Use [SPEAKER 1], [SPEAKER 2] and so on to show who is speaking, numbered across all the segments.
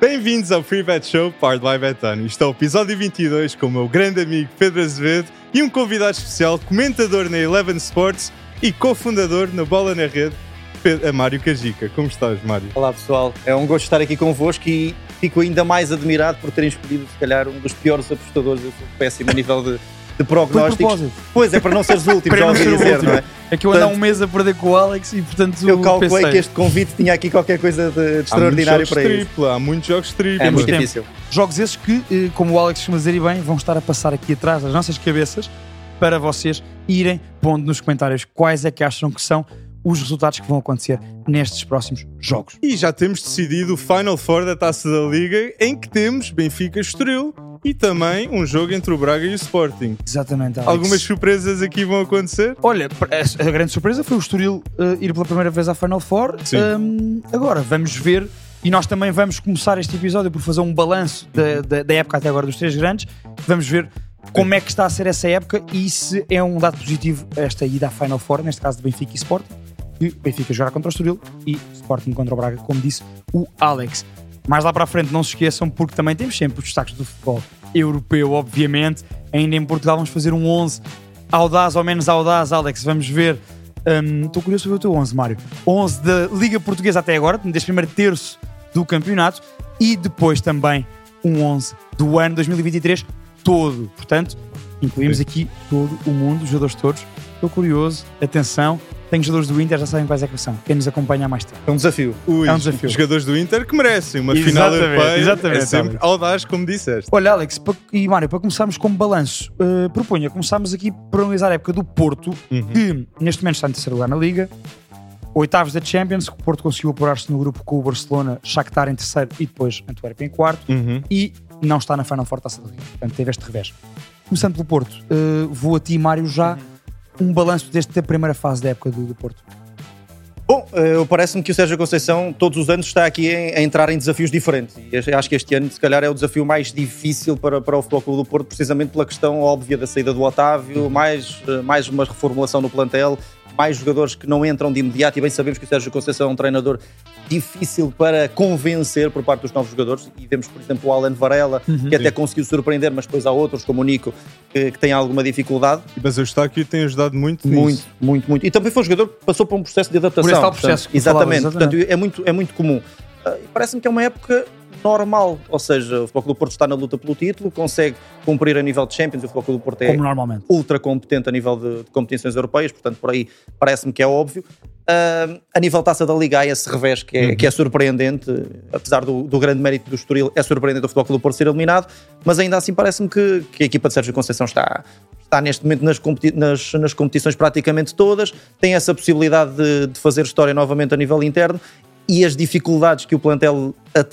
[SPEAKER 1] Bem-vindos ao Free Bet Show, Powered by Betano. Isto é o episódio 22 com o meu grande amigo Pedro Azevedo e um convidado especial, comentador na Eleven Sports e cofundador na Bola na Rede, Pedro, a Mário Cajica. Como estás, Mário?
[SPEAKER 2] Olá pessoal, é um gosto estar aqui convosco e fico ainda mais admirado por terem escolhido, se calhar, um dos piores apostadores. Eu sou péssimo a nível de, de prognósticos.
[SPEAKER 3] propósito.
[SPEAKER 2] Pois é, para não seres o último,
[SPEAKER 3] Para
[SPEAKER 2] já
[SPEAKER 3] não
[SPEAKER 2] ouvi
[SPEAKER 3] ser o
[SPEAKER 2] dizer,
[SPEAKER 3] último.
[SPEAKER 2] não é?
[SPEAKER 3] É que eu ando há
[SPEAKER 2] Portanto,
[SPEAKER 3] um mês a perder com o Alex e portanto
[SPEAKER 2] Eu calculei
[SPEAKER 3] pensei,
[SPEAKER 2] que este convite tinha aqui qualquer coisa de, de
[SPEAKER 1] Há muitos
[SPEAKER 2] extraordinário
[SPEAKER 1] jogos
[SPEAKER 2] para isso.
[SPEAKER 1] tripla, Há muitos jogos tripla.
[SPEAKER 2] É muito
[SPEAKER 3] tempo.
[SPEAKER 2] difícil.
[SPEAKER 3] jogos esses que, eh, como o Alex costuma dizer e bem, vão estar a passar aqui atrás das nossas cabeças para vocês irem pondo nos comentários quais é que acham que são os resultados que vão acontecer nestes próximos jogos.
[SPEAKER 1] E já temos decidido o Final Four da Taça da Liga, em que temos Benfica Estoril e também um jogo entre o Braga e o Sporting.
[SPEAKER 3] Exatamente, Alex.
[SPEAKER 1] Algumas surpresas aqui vão acontecer?
[SPEAKER 3] Olha, é, a a grande surpresa foi o Estoril eh, ir pela primeira vez à Final Four.
[SPEAKER 1] Sim.
[SPEAKER 3] Ahm, agora, vamos ver, e nós também vamos começar este episódio por fazer um balanço da, da- da época até agora dos três grandes. Vamos ver como é que está a ser essa época e se é um dado positivo esta ida à Final Four, neste caso de Benfica e Sporting. E Benfica jogará contra o Estoril e Sporting contra o Braga, como disse o Alex. Mais lá para a frente, não se esqueçam, porque também temos sempre os destaques do futebol europeu, obviamente. Ainda em Portugal vamos fazer um 11 audaz ou menos audaz, Alex, vamos ver. Hum, Estou curioso sobre o teu 11, Mário. 11 da Liga Portuguesa até agora, deste primeiro terço do campeonato, e depois também um 11 do ano 2023 todo. Portanto, incluímos
[SPEAKER 1] Sim.
[SPEAKER 3] aqui todo o mundo, os jogadores todos. Estou curioso, atenção, tenho jogadores do Inter, já sabem quais é que são. Quem nos acompanha há mais tempo.
[SPEAKER 2] É um desafio.
[SPEAKER 1] Ui,
[SPEAKER 3] É um desafio.
[SPEAKER 1] Os jogadores do Inter que merecem uma final
[SPEAKER 3] Exatamente,
[SPEAKER 1] europeia.
[SPEAKER 3] exatamente,
[SPEAKER 1] é sempre
[SPEAKER 3] Alex.
[SPEAKER 1] audaz, como disseste.
[SPEAKER 3] Olha, Alex pa- e Mário, para começarmos com balanço, eh, proponho a começarmos aqui por analisar a época do Porto, que neste momento está em terceiro lugar na Liga, oitavos da Champions, que o Porto conseguiu apurar-se no grupo com o Barcelona, Shakhtar em terceiro e depois Antuérpia em quarto,
[SPEAKER 1] Uhum.
[SPEAKER 3] e não está na Final Four Taça da Liga. Portanto, teve este revés. Começando pelo Porto, eh, vou a ti, Mário, já um balanço desta primeira fase da época do, do Porto.
[SPEAKER 2] Bom, eh, parece-me que o Sérgio Conceição todos os anos está aqui em- a entrar em desafios diferentes. E eu acho que este ano, se calhar, é o desafio mais difícil para, para o Futebol Clube do Porto, precisamente pela questão óbvia da saída do Otávio, mais, eh, mais uma reformulação no plantel, mais jogadores que não entram de imediato. E bem sabemos que o Sérgio Conceição é um treinador difícil para convencer por parte dos novos jogadores. E vemos, por exemplo, o Alan Varela, que até conseguiu surpreender, mas depois há outros, como o Nico, que, que tem alguma dificuldade.
[SPEAKER 1] Mas o Estáquio tem ajudado muito nisso.
[SPEAKER 2] Muito, muito, muito. E também foi um jogador que passou por um processo de adaptação.
[SPEAKER 3] Por esse tal
[SPEAKER 2] portanto,
[SPEAKER 3] processo que tu
[SPEAKER 2] exatamente,
[SPEAKER 3] falavas,
[SPEAKER 2] Portanto, é muito, é muito comum. Ah, e Parece-me que é uma época normal, ou seja, o Futebol Clube do Porto está na luta pelo título, consegue cumprir a nível de Champions, o Futebol Clube do Porto é
[SPEAKER 3] Como normalmente.
[SPEAKER 2] ultra competente a nível de, de competições europeias, portanto, por aí parece-me que é óbvio. Ah, a nível taça da Liga há esse revés que é, que é surpreendente, apesar do, do grande mérito do Estoril, é surpreendente o Futebol Clube do Porto ser eliminado, mas ainda assim parece-me que, que a equipa de Sérgio Conceição está, está neste momento nas, competi- nas- nas competições praticamente todas, tem essa possibilidade de, de fazer história novamente a nível interno e as dificuldades que o plantel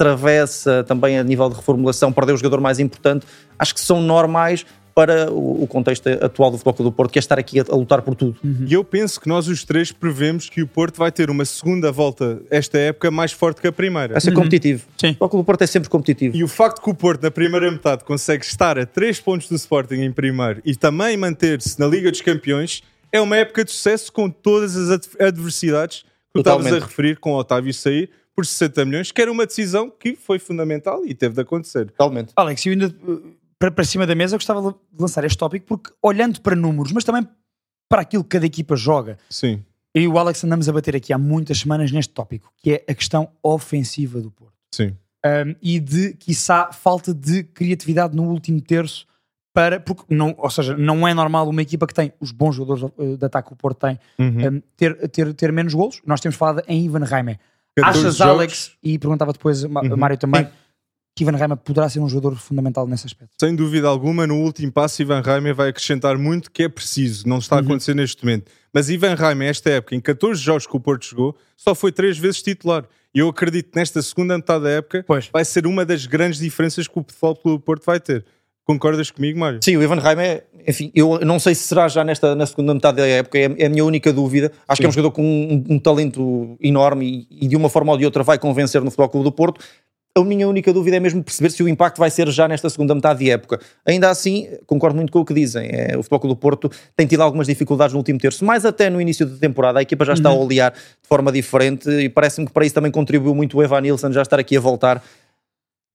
[SPEAKER 2] atravessa também a nível de reformulação, perder o jogador mais importante, acho que são normais para o, o contexto atual do Futebol Clube do Porto, que é estar aqui a, a lutar por tudo.
[SPEAKER 1] E eu penso que nós os três prevemos que o Porto vai ter uma segunda volta esta época mais forte que a primeira.
[SPEAKER 2] Vai É ser competitivo. O
[SPEAKER 3] Sim.
[SPEAKER 2] Futebol Clube do Porto é sempre competitivo.
[SPEAKER 1] Uhum. E o facto que o Porto na primeira metade consegue estar a 3 pontos do Sporting em primeiro e também manter-se na Liga dos Campeões é uma época de sucesso com todas as ad- adversidades que tu estavas a
[SPEAKER 2] Totalmente.
[SPEAKER 1] referir com o Otávio sair por 60 milhões, que era uma decisão que foi fundamental e teve de acontecer.
[SPEAKER 2] Totalmente.
[SPEAKER 3] Alex, eu ainda uh, para, para cima da mesa eu gostava de lançar este tópico porque olhando para números, mas também para aquilo que cada equipa joga,
[SPEAKER 1] Sim.
[SPEAKER 3] eu e o Alex andamos a bater aqui há muitas semanas neste tópico, que é a questão ofensiva do Porto.
[SPEAKER 1] Sim.
[SPEAKER 3] Um, e de, quiçá, falta de criatividade no último terço para, porque não, ou seja, não é normal uma equipa que tem os bons jogadores uh, de ataque que o Porto tem, um, ter, ter, ter menos golos. Nós temos falado em Ivan Reimer.
[SPEAKER 1] 14
[SPEAKER 3] Achas,
[SPEAKER 1] jogos. Uhum.
[SPEAKER 3] Alex, e perguntava depois Ma- Mário também, que Ivan Reimer poderá ser um jogador fundamental nesse aspecto?
[SPEAKER 1] Sem dúvida alguma, no último passo, Ivan Reimer vai acrescentar muito que é preciso, não
[SPEAKER 3] Uhum.
[SPEAKER 1] está a acontecer neste momento. Mas Ivan Reimer, esta época, em 14 jogos que o Porto jogou, só foi 3 vezes titular. E eu acredito que nesta segunda metade da época
[SPEAKER 3] Pois.
[SPEAKER 1] vai ser uma das grandes diferenças que o futebol do Porto vai ter. Concordas comigo, Mário?
[SPEAKER 2] Sim, o Ivan Raime, enfim, eu não sei se será já nesta na segunda metade da época, é, é a minha única dúvida. Acho que é um jogador com um, um talento enorme e, e de uma forma ou de outra vai convencer no Futebol Clube do Porto. A minha única dúvida é mesmo perceber se o impacto vai ser já nesta segunda metade de época. Ainda assim, concordo muito com o que dizem. É, o Futebol Clube do Porto tem tido algumas dificuldades no último terço, mas até no início da temporada a equipa já
[SPEAKER 3] Uhum.
[SPEAKER 2] está a olear de forma diferente e parece-me que para isso também contribuiu muito o Evan Nilsson já estar aqui a voltar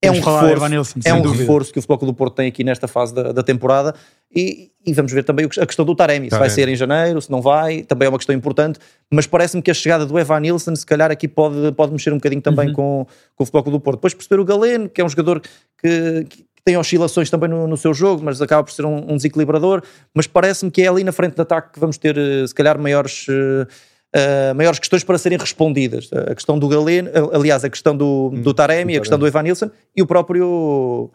[SPEAKER 2] é um
[SPEAKER 3] Vamos falar de
[SPEAKER 2] reforço,
[SPEAKER 3] Evanilson,
[SPEAKER 2] é
[SPEAKER 3] sem
[SPEAKER 2] um
[SPEAKER 3] dúvida.
[SPEAKER 2] reforço que o Futebol Clube do Porto tem aqui nesta fase da, da temporada e, e vamos ver também o que- a questão do Taremi, se vai
[SPEAKER 1] Taremi.
[SPEAKER 2] sair em janeiro, se não vai, também é uma questão importante, mas parece-me que a chegada do Evan Nilsson se calhar aqui pode, pode mexer um bocadinho também com, com o Futebol Clube do Porto. Depois perceber o Galeno, que é um jogador que, que tem oscilações também no, no seu jogo, mas acaba por ser um, um desequilibrador, mas parece-me que é ali na frente de ataque que vamos ter eh, se calhar maiores... eh, uh, maiores questões para serem respondidas. A questão do Galeno, a- aliás, a questão do, Hum, do Taremi, a questão do Evanilson e o próprio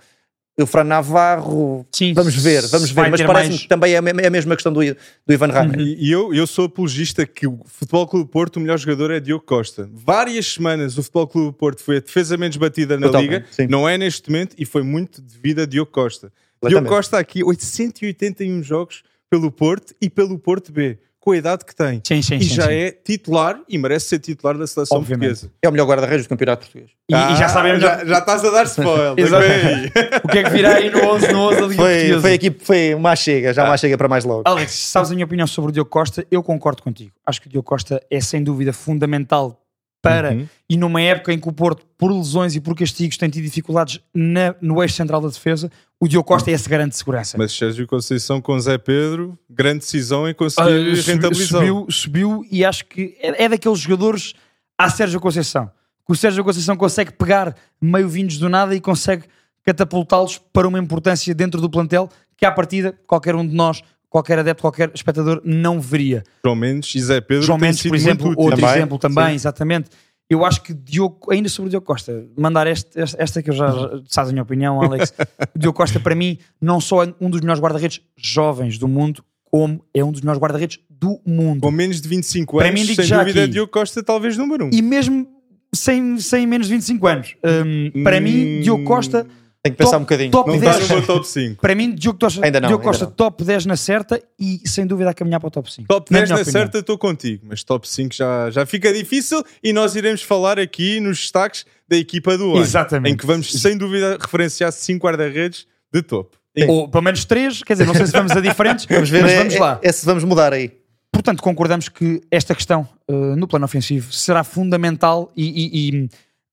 [SPEAKER 2] o Fran Navarro.
[SPEAKER 3] Sim,
[SPEAKER 2] vamos ver,
[SPEAKER 3] se
[SPEAKER 2] vamos ver.
[SPEAKER 3] vai
[SPEAKER 2] Mas
[SPEAKER 3] ter
[SPEAKER 2] parece-me
[SPEAKER 3] mais- Uhum.
[SPEAKER 2] que também é a me- é a mesma questão do, do Ivan Ramen.
[SPEAKER 1] E e eu, eu sou apologista que o Futebol Clube do Porto, o melhor jogador é Diogo Costa. Várias semanas o Futebol Clube do Porto foi a defesa menos batida na
[SPEAKER 2] Totalmente,
[SPEAKER 1] Liga,
[SPEAKER 2] sim.
[SPEAKER 1] não é neste momento, e foi muito devido a Diogo Costa. Diogo
[SPEAKER 2] Completamente.
[SPEAKER 1] Costa aqui, 881 jogos pelo Porto e pelo Porto B, com a idade que tem.
[SPEAKER 3] Sim, sim,
[SPEAKER 1] e
[SPEAKER 3] sim,
[SPEAKER 1] já
[SPEAKER 3] sim.
[SPEAKER 1] é titular e merece ser titular da seleção
[SPEAKER 3] Obviamente.
[SPEAKER 1] portuguesa.
[SPEAKER 2] É o melhor guarda-redes do campeonato português.
[SPEAKER 3] E, e já
[SPEAKER 1] Ah,
[SPEAKER 3] sabemos
[SPEAKER 1] já, já estás a dar spoiler.
[SPEAKER 3] Exato.
[SPEAKER 1] ok.
[SPEAKER 3] o é que é que virá aí no 11, no 11 da Liga
[SPEAKER 2] Foi,
[SPEAKER 3] Portuguesa.
[SPEAKER 2] foi aqui, foi uma chega, já uma chega para mais logo.
[SPEAKER 3] Alex, sabes a minha opinião sobre o Diogo Costa? Eu concordo contigo. Acho que o Diogo Costa é sem dúvida fundamental para,
[SPEAKER 1] Uhum.
[SPEAKER 3] e numa época em que o Porto, por lesões e por castigos, tem tido dificuldades na- no eixo central da defesa, o Diogo Costa é esse garante de segurança.
[SPEAKER 1] Uhum. Mas Sérgio Conceição com Zé Pedro, grande decisão em
[SPEAKER 3] Ah,
[SPEAKER 1] conseguir
[SPEAKER 3] subi-
[SPEAKER 1] rentabilizar.
[SPEAKER 3] subiu, subiu e acho que é, é daqueles jogadores à Sérgio Conceição. Que o Sérgio Conceição consegue pegar meio vindos do nada e consegue catapultá-los para uma importância dentro do plantel que, à partida, qualquer um de nós, qualquer adepto, qualquer espectador, não veria.
[SPEAKER 1] João Mendes e Zé Pedro
[SPEAKER 3] João
[SPEAKER 1] têm
[SPEAKER 3] Mendes,
[SPEAKER 1] sido
[SPEAKER 3] por exemplo,
[SPEAKER 1] muito úteis.
[SPEAKER 3] outro
[SPEAKER 2] Também,
[SPEAKER 3] exemplo também, exatamente. Eu acho que Diogo, ainda sobre o Diogo Costa, mandar este, este- esta que eu já, já sabes a minha opinião, Alex. o Diogo Costa, para mim, não só é um dos melhores guarda-redes jovens do mundo, como é um dos melhores guarda-redes do mundo.
[SPEAKER 1] com menos de 25
[SPEAKER 3] Para
[SPEAKER 1] anos,
[SPEAKER 3] mim, digo
[SPEAKER 1] sem
[SPEAKER 3] já
[SPEAKER 1] dúvida,
[SPEAKER 3] aqui.
[SPEAKER 1] Diogo Costa talvez número 1. Um.
[SPEAKER 3] E mesmo sem, sem menos de 25 anos. Hum, para mim, Diogo Costa,
[SPEAKER 2] Tenho que pensar
[SPEAKER 3] top-
[SPEAKER 2] um bocadinho.
[SPEAKER 3] top
[SPEAKER 1] Não está no
[SPEAKER 3] dez.
[SPEAKER 1] meu top 5.
[SPEAKER 3] para mim, Diogo Costa,
[SPEAKER 2] Ainda não,
[SPEAKER 3] Diogo
[SPEAKER 2] ainda
[SPEAKER 3] Costa
[SPEAKER 2] não.
[SPEAKER 3] top 10 na certa e sem dúvida a caminhar para o top 5.
[SPEAKER 1] Top 10
[SPEAKER 3] minha
[SPEAKER 1] na
[SPEAKER 3] opinião.
[SPEAKER 1] certa estou contigo, mas top 5 já, já fica difícil e nós iremos falar aqui nos destaques da equipa do ano.
[SPEAKER 3] Exatamente.
[SPEAKER 1] Em que vamos, sem dúvida, referenciar 5 guarda-redes de topo.
[SPEAKER 3] Ou pelo menos 3, quer dizer, não sei se vamos a diferentes,
[SPEAKER 2] Vamos ver,
[SPEAKER 3] mas
[SPEAKER 2] é-
[SPEAKER 3] vamos lá.
[SPEAKER 2] é- é se vamos mudar aí.
[SPEAKER 3] Portanto, concordamos que esta questão eh, no plano ofensivo será fundamental e, e- e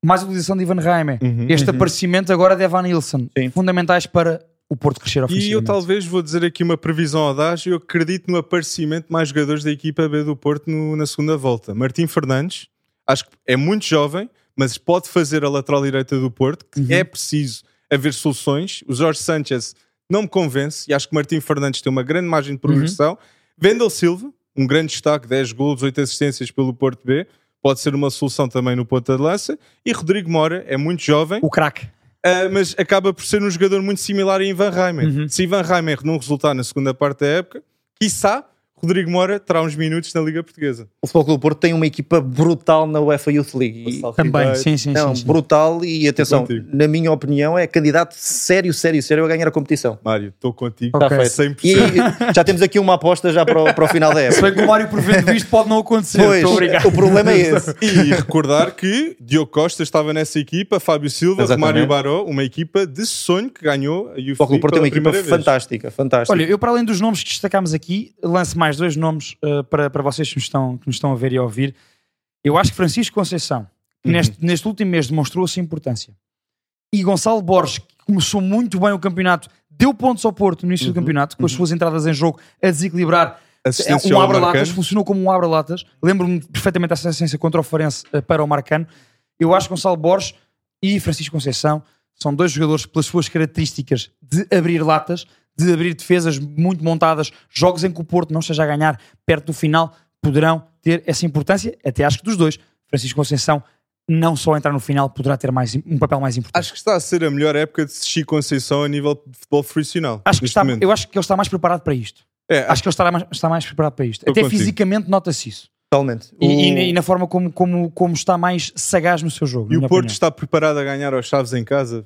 [SPEAKER 3] mais a utilização de Ivan Raime, este aparecimento agora de Evan Nilsson,
[SPEAKER 2] Sim.
[SPEAKER 3] fundamentais para o Porto crescer
[SPEAKER 1] E eu
[SPEAKER 3] ofensivamente.
[SPEAKER 1] talvez vou dizer aqui uma previsão audaz. Eu acredito no aparecimento de mais jogadores da equipa B do Porto no- na segunda volta. Martim Fernandes, acho que é muito jovem, mas pode fazer a lateral direita do Porto, que é preciso haver soluções. O Jorge Sanchez não me convence e acho que Martim Fernandes tem uma grande margem de progressão. Vendel Silva, um grande destaque, 10 golos, 8 assistências pelo Porto B. Pode ser uma solução também no ponta de lança. E Rodrigo Mora é muito jovem.
[SPEAKER 3] O craque.
[SPEAKER 1] Uh, mas acaba por ser um jogador muito similar a Ivan Reimer.
[SPEAKER 3] Uhum.
[SPEAKER 1] Se Ivan Reimer não resultar na segunda parte da época, quiçá Rodrigo Mora terá uns minutos na Liga Portuguesa.
[SPEAKER 2] O Futebol Clube do Porto tem uma equipa brutal na UEFA Youth League. E-
[SPEAKER 3] Também, sim, sim,
[SPEAKER 2] não,
[SPEAKER 3] sim, sim.
[SPEAKER 2] brutal e atenção,
[SPEAKER 1] contigo.
[SPEAKER 2] na minha opinião, é candidato sério, sério, sério a ganhar a competição.
[SPEAKER 1] Mário, estou contigo.
[SPEAKER 3] Ok.
[SPEAKER 2] Está
[SPEAKER 1] 100%.
[SPEAKER 2] feito. E e já temos aqui uma aposta já para o, para o final da
[SPEAKER 3] Se
[SPEAKER 2] época.
[SPEAKER 3] bem que o Mário prevendo isto pode não acontecer.
[SPEAKER 2] Pois,
[SPEAKER 3] Muito obrigado.
[SPEAKER 2] o problema é esse.
[SPEAKER 1] E recordar que Diogo Costa estava nessa equipa, Fábio Silva,
[SPEAKER 2] Exatamente.
[SPEAKER 1] Mário Baró, uma equipa de sonho que ganhou a
[SPEAKER 2] O Futebol Clube do
[SPEAKER 1] UFI
[SPEAKER 2] Porto é
[SPEAKER 1] pela
[SPEAKER 2] uma
[SPEAKER 1] primeira
[SPEAKER 2] equipa
[SPEAKER 1] vez.
[SPEAKER 2] fantástica, fantástica.
[SPEAKER 3] Olha, eu para além dos nomes que destacámos aqui, lanço mais dois nomes eh, para, para vocês que nos, estão, que nos estão a ver e a ouvir. Eu acho que Francisco Conceição,
[SPEAKER 1] Uhum.
[SPEAKER 3] que neste, neste último mês demonstrou a sua importância, e Gonçalo Borges, que começou muito bem o campeonato, deu pontos ao Porto no
[SPEAKER 1] Uhum.
[SPEAKER 3] início do campeonato, com as suas entradas em jogo a desequilibrar.
[SPEAKER 1] Assistência
[SPEAKER 3] É um
[SPEAKER 1] ao
[SPEAKER 3] abra-latas,
[SPEAKER 1] Marcano.
[SPEAKER 3] funcionou como um abra-latas. Lembro-me perfeitamente dessa assistência contra o Farense eh, para o Marcano. Eu acho que Gonçalo Borges e Francisco Conceição são dois jogadores pelas suas características de abrir latas, de abrir defesas muito montadas, jogos em que o Porto não esteja a ganhar perto do final, poderão ter essa importância, até acho que dos dois. Francisco Conceição não só entrar no final, poderá ter mais, um papel mais importante.
[SPEAKER 1] Acho que está a ser a melhor época de Chico Conceição a nível de futebol profissional.
[SPEAKER 3] Acho que
[SPEAKER 1] neste
[SPEAKER 3] está,
[SPEAKER 1] momento.
[SPEAKER 3] eu acho que ele está mais preparado para isto.
[SPEAKER 1] É,
[SPEAKER 3] Acho que ele estará mais, está mais preparado para isto.
[SPEAKER 1] Estou
[SPEAKER 3] Até
[SPEAKER 1] contigo.
[SPEAKER 3] fisicamente nota-se isso.
[SPEAKER 2] totalmente.
[SPEAKER 3] E, e
[SPEAKER 2] O-
[SPEAKER 3] na- e na forma como, como, como está mais sagaz no seu jogo. na
[SPEAKER 1] E o
[SPEAKER 3] minha
[SPEAKER 1] Porto
[SPEAKER 3] opinião.
[SPEAKER 1] está preparado a ganhar aos Chaves em casa?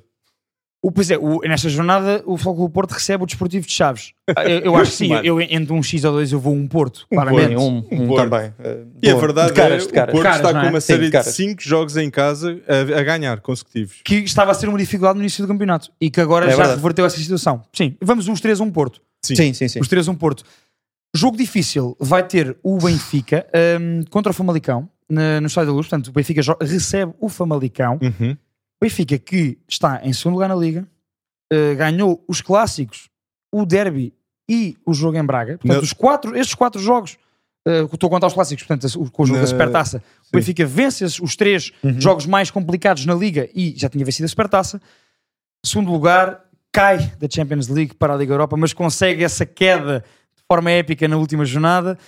[SPEAKER 3] O- pois é, o- nesta jornada o Futebol Clube do Porto recebe o Desportivo de Chaves. ah, Eu, eu acho que sim, eu, entre um X ou dois eu vou um Porto, claramente.
[SPEAKER 2] Sim, Ah, um, um
[SPEAKER 1] Porto.
[SPEAKER 2] também. Eh,
[SPEAKER 1] E a
[SPEAKER 2] boa.
[SPEAKER 1] verdade
[SPEAKER 2] de caras,
[SPEAKER 1] é
[SPEAKER 2] de
[SPEAKER 1] que o
[SPEAKER 2] caras.
[SPEAKER 1] Porto
[SPEAKER 3] Caras,
[SPEAKER 1] está
[SPEAKER 3] não é?
[SPEAKER 1] com uma
[SPEAKER 2] Sim,
[SPEAKER 1] série
[SPEAKER 2] de
[SPEAKER 1] de
[SPEAKER 2] caras.
[SPEAKER 1] 5 jogos em casa a, a ganhar consecutivos.
[SPEAKER 3] Que estava a ser uma dificuldade no início do campeonato e que agora
[SPEAKER 2] É
[SPEAKER 3] já
[SPEAKER 2] verdade.
[SPEAKER 3] reverteu essa situação. Sim, vamos uns três, um Porto.
[SPEAKER 2] Sim, sim, sim.
[SPEAKER 3] Os três, um Porto. Jogo difícil vai ter o Benfica
[SPEAKER 2] Uhum.
[SPEAKER 3] hum, contra o Famalicão na- no Estádio da Luz. Portanto, o Benfica jo- recebe o Famalicão. Benfica que está em segundo lugar na Liga, eh, ganhou os clássicos, o derby e o jogo em Braga. Portanto,
[SPEAKER 1] Não.
[SPEAKER 3] os quatro, estes quatro jogos, eh, estou a contar os clássicos, portanto, o- com o jogo
[SPEAKER 1] Na- Uhum.
[SPEAKER 3] da Supertaça, o Benfica vence esses- os três jogos mais complicados na Liga e já tinha vencido a Supertaça. Segundo lugar, cai da Champions League para a Liga Europa, mas consegue essa queda de forma épica na última jornada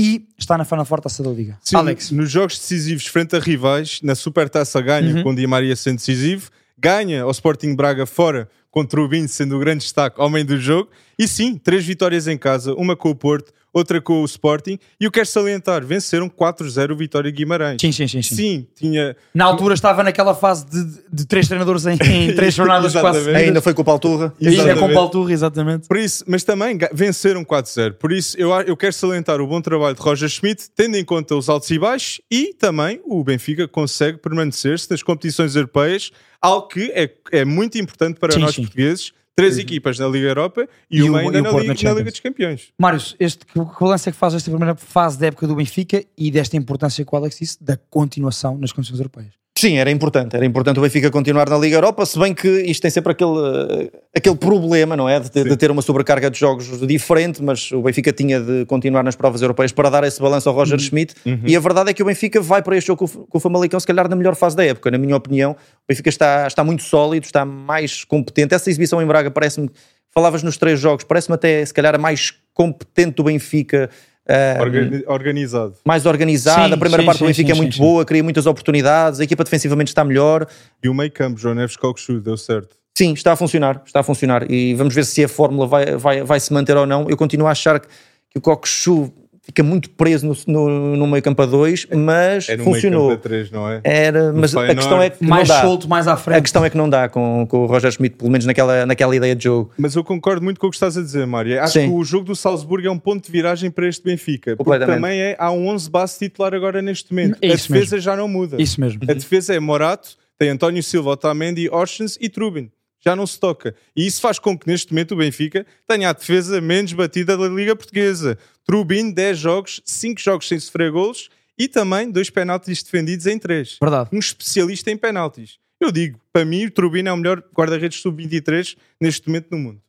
[SPEAKER 3] e está na Fana Forte da Liga.
[SPEAKER 1] Sim,
[SPEAKER 3] Alex,
[SPEAKER 1] Nos jogos decisivos frente a rivais, na Supertaça ganha
[SPEAKER 3] Uhum.
[SPEAKER 1] com o Di Maria sendo decisivo, ganha ao Sporting Braga fora contra o Binho sendo o grande destaque, homem do jogo, e sim, três vitórias em casa, uma com o Porto, outra com o Sporting, e o quero salientar, venceram 4-0 o Vitória Guimarães.
[SPEAKER 3] sim, sim, sim, sim.
[SPEAKER 1] Sim, tinha
[SPEAKER 3] Na altura estava naquela fase de, de três treinadores em, em três jornadas quase
[SPEAKER 1] Exatamente.
[SPEAKER 3] seguidas.
[SPEAKER 2] Ainda foi com o Palturra.
[SPEAKER 1] E-
[SPEAKER 3] Ainda com
[SPEAKER 1] Exatamente.
[SPEAKER 3] o Palturra, exatamente.
[SPEAKER 1] Por isso, mas também ga- venceram 4-0. Por isso, eu, a- eu quero salientar o bom trabalho de Roger Schmidt, tendo em conta os altos e baixos, e também o Benfica consegue permanecer-se nas competições europeias, algo que é, é muito importante para
[SPEAKER 3] Sim,
[SPEAKER 1] nós
[SPEAKER 3] sim. Uhum.
[SPEAKER 1] portugueses. Três equipas na Liga Europa e,
[SPEAKER 3] E
[SPEAKER 1] uma
[SPEAKER 3] o-
[SPEAKER 1] ainda
[SPEAKER 3] e o
[SPEAKER 1] na,
[SPEAKER 3] Porto
[SPEAKER 1] Liga,
[SPEAKER 3] na
[SPEAKER 1] na
[SPEAKER 3] Champions.
[SPEAKER 1] Liga dos Campeões.
[SPEAKER 3] Mários, este, que que balanço é que faz esta primeira fase da época do Benfica e desta importância que o Alex disse da continuação nas competições europeias?
[SPEAKER 2] Sim, era importante. Era importante o Benfica continuar na Liga Europa, se bem que isto tem sempre aquele, eh, aquele problema, não é? De, ter- de ter uma sobrecarga de jogos diferente, mas o Benfica tinha de continuar nas provas europeias para dar esse balanço ao Roger Schmidt. E a verdade é que o Benfica vai para este jogo com o- com o Famalicão, se calhar, na melhor fase da época, na minha opinião. O Benfica está, está muito sólido, está mais competente. Essa exibição em Braga parece-me. Falavas nos três jogos, parece-me até, se calhar, a mais competente do Benfica.
[SPEAKER 3] É
[SPEAKER 2] eh,
[SPEAKER 1] Organi- organizado.
[SPEAKER 2] mais organizada,
[SPEAKER 3] Sim,
[SPEAKER 2] a primeira
[SPEAKER 3] sim,
[SPEAKER 2] parte do
[SPEAKER 3] sim,
[SPEAKER 2] Benfica é
[SPEAKER 3] sim,
[SPEAKER 2] muito
[SPEAKER 3] sim,
[SPEAKER 2] boa, cria muitas oportunidades, a equipa defensivamente está melhor.
[SPEAKER 1] E o meio campo, João Neves Coxu, deu certo.
[SPEAKER 2] Sim, está a funcionar, está a funcionar. E vamos ver se a fórmula vai, vai, vai se manter ou não. Eu continuo a achar que, que o Coxu fica muito preso no, no, no meio campo a 2, mas
[SPEAKER 1] É no meio
[SPEAKER 2] funcionou.
[SPEAKER 1] campo a três, não é?
[SPEAKER 2] Era, mas a
[SPEAKER 1] Feyenoord.
[SPEAKER 2] questão é que
[SPEAKER 3] mais
[SPEAKER 2] não dá.
[SPEAKER 3] solto, mais à frente.
[SPEAKER 2] A questão é que não dá com, com o Roger Schmidt, pelo menos naquela, naquela ideia de jogo.
[SPEAKER 1] Mas eu concordo muito com o que estás a dizer, Mário. Acho
[SPEAKER 2] Sim.
[SPEAKER 1] que o jogo do Salzburgo é um ponto de viragem para este Benfica. Porque
[SPEAKER 2] Completamente.
[SPEAKER 1] também é, há um 11 base titular agora neste momento.
[SPEAKER 3] É
[SPEAKER 1] a
[SPEAKER 3] isso
[SPEAKER 1] defesa já não muda.
[SPEAKER 3] Isso mesmo.
[SPEAKER 2] Uhum.
[SPEAKER 1] A defesa é Morato, tem António Silva, Otamendi, Orsens e Trubin. Já não se toca. E isso faz com que neste momento o Benfica tenha a defesa menos batida da Liga Portuguesa. Trubin, 10 jogos, 5 jogos sem sofrer golos e também dois penaltis defendidos em 3
[SPEAKER 3] Verdade.
[SPEAKER 1] um especialista em penaltis. Eu digo, para mim, o Turbina é o melhor guarda-redes sub-23 neste momento no mundo.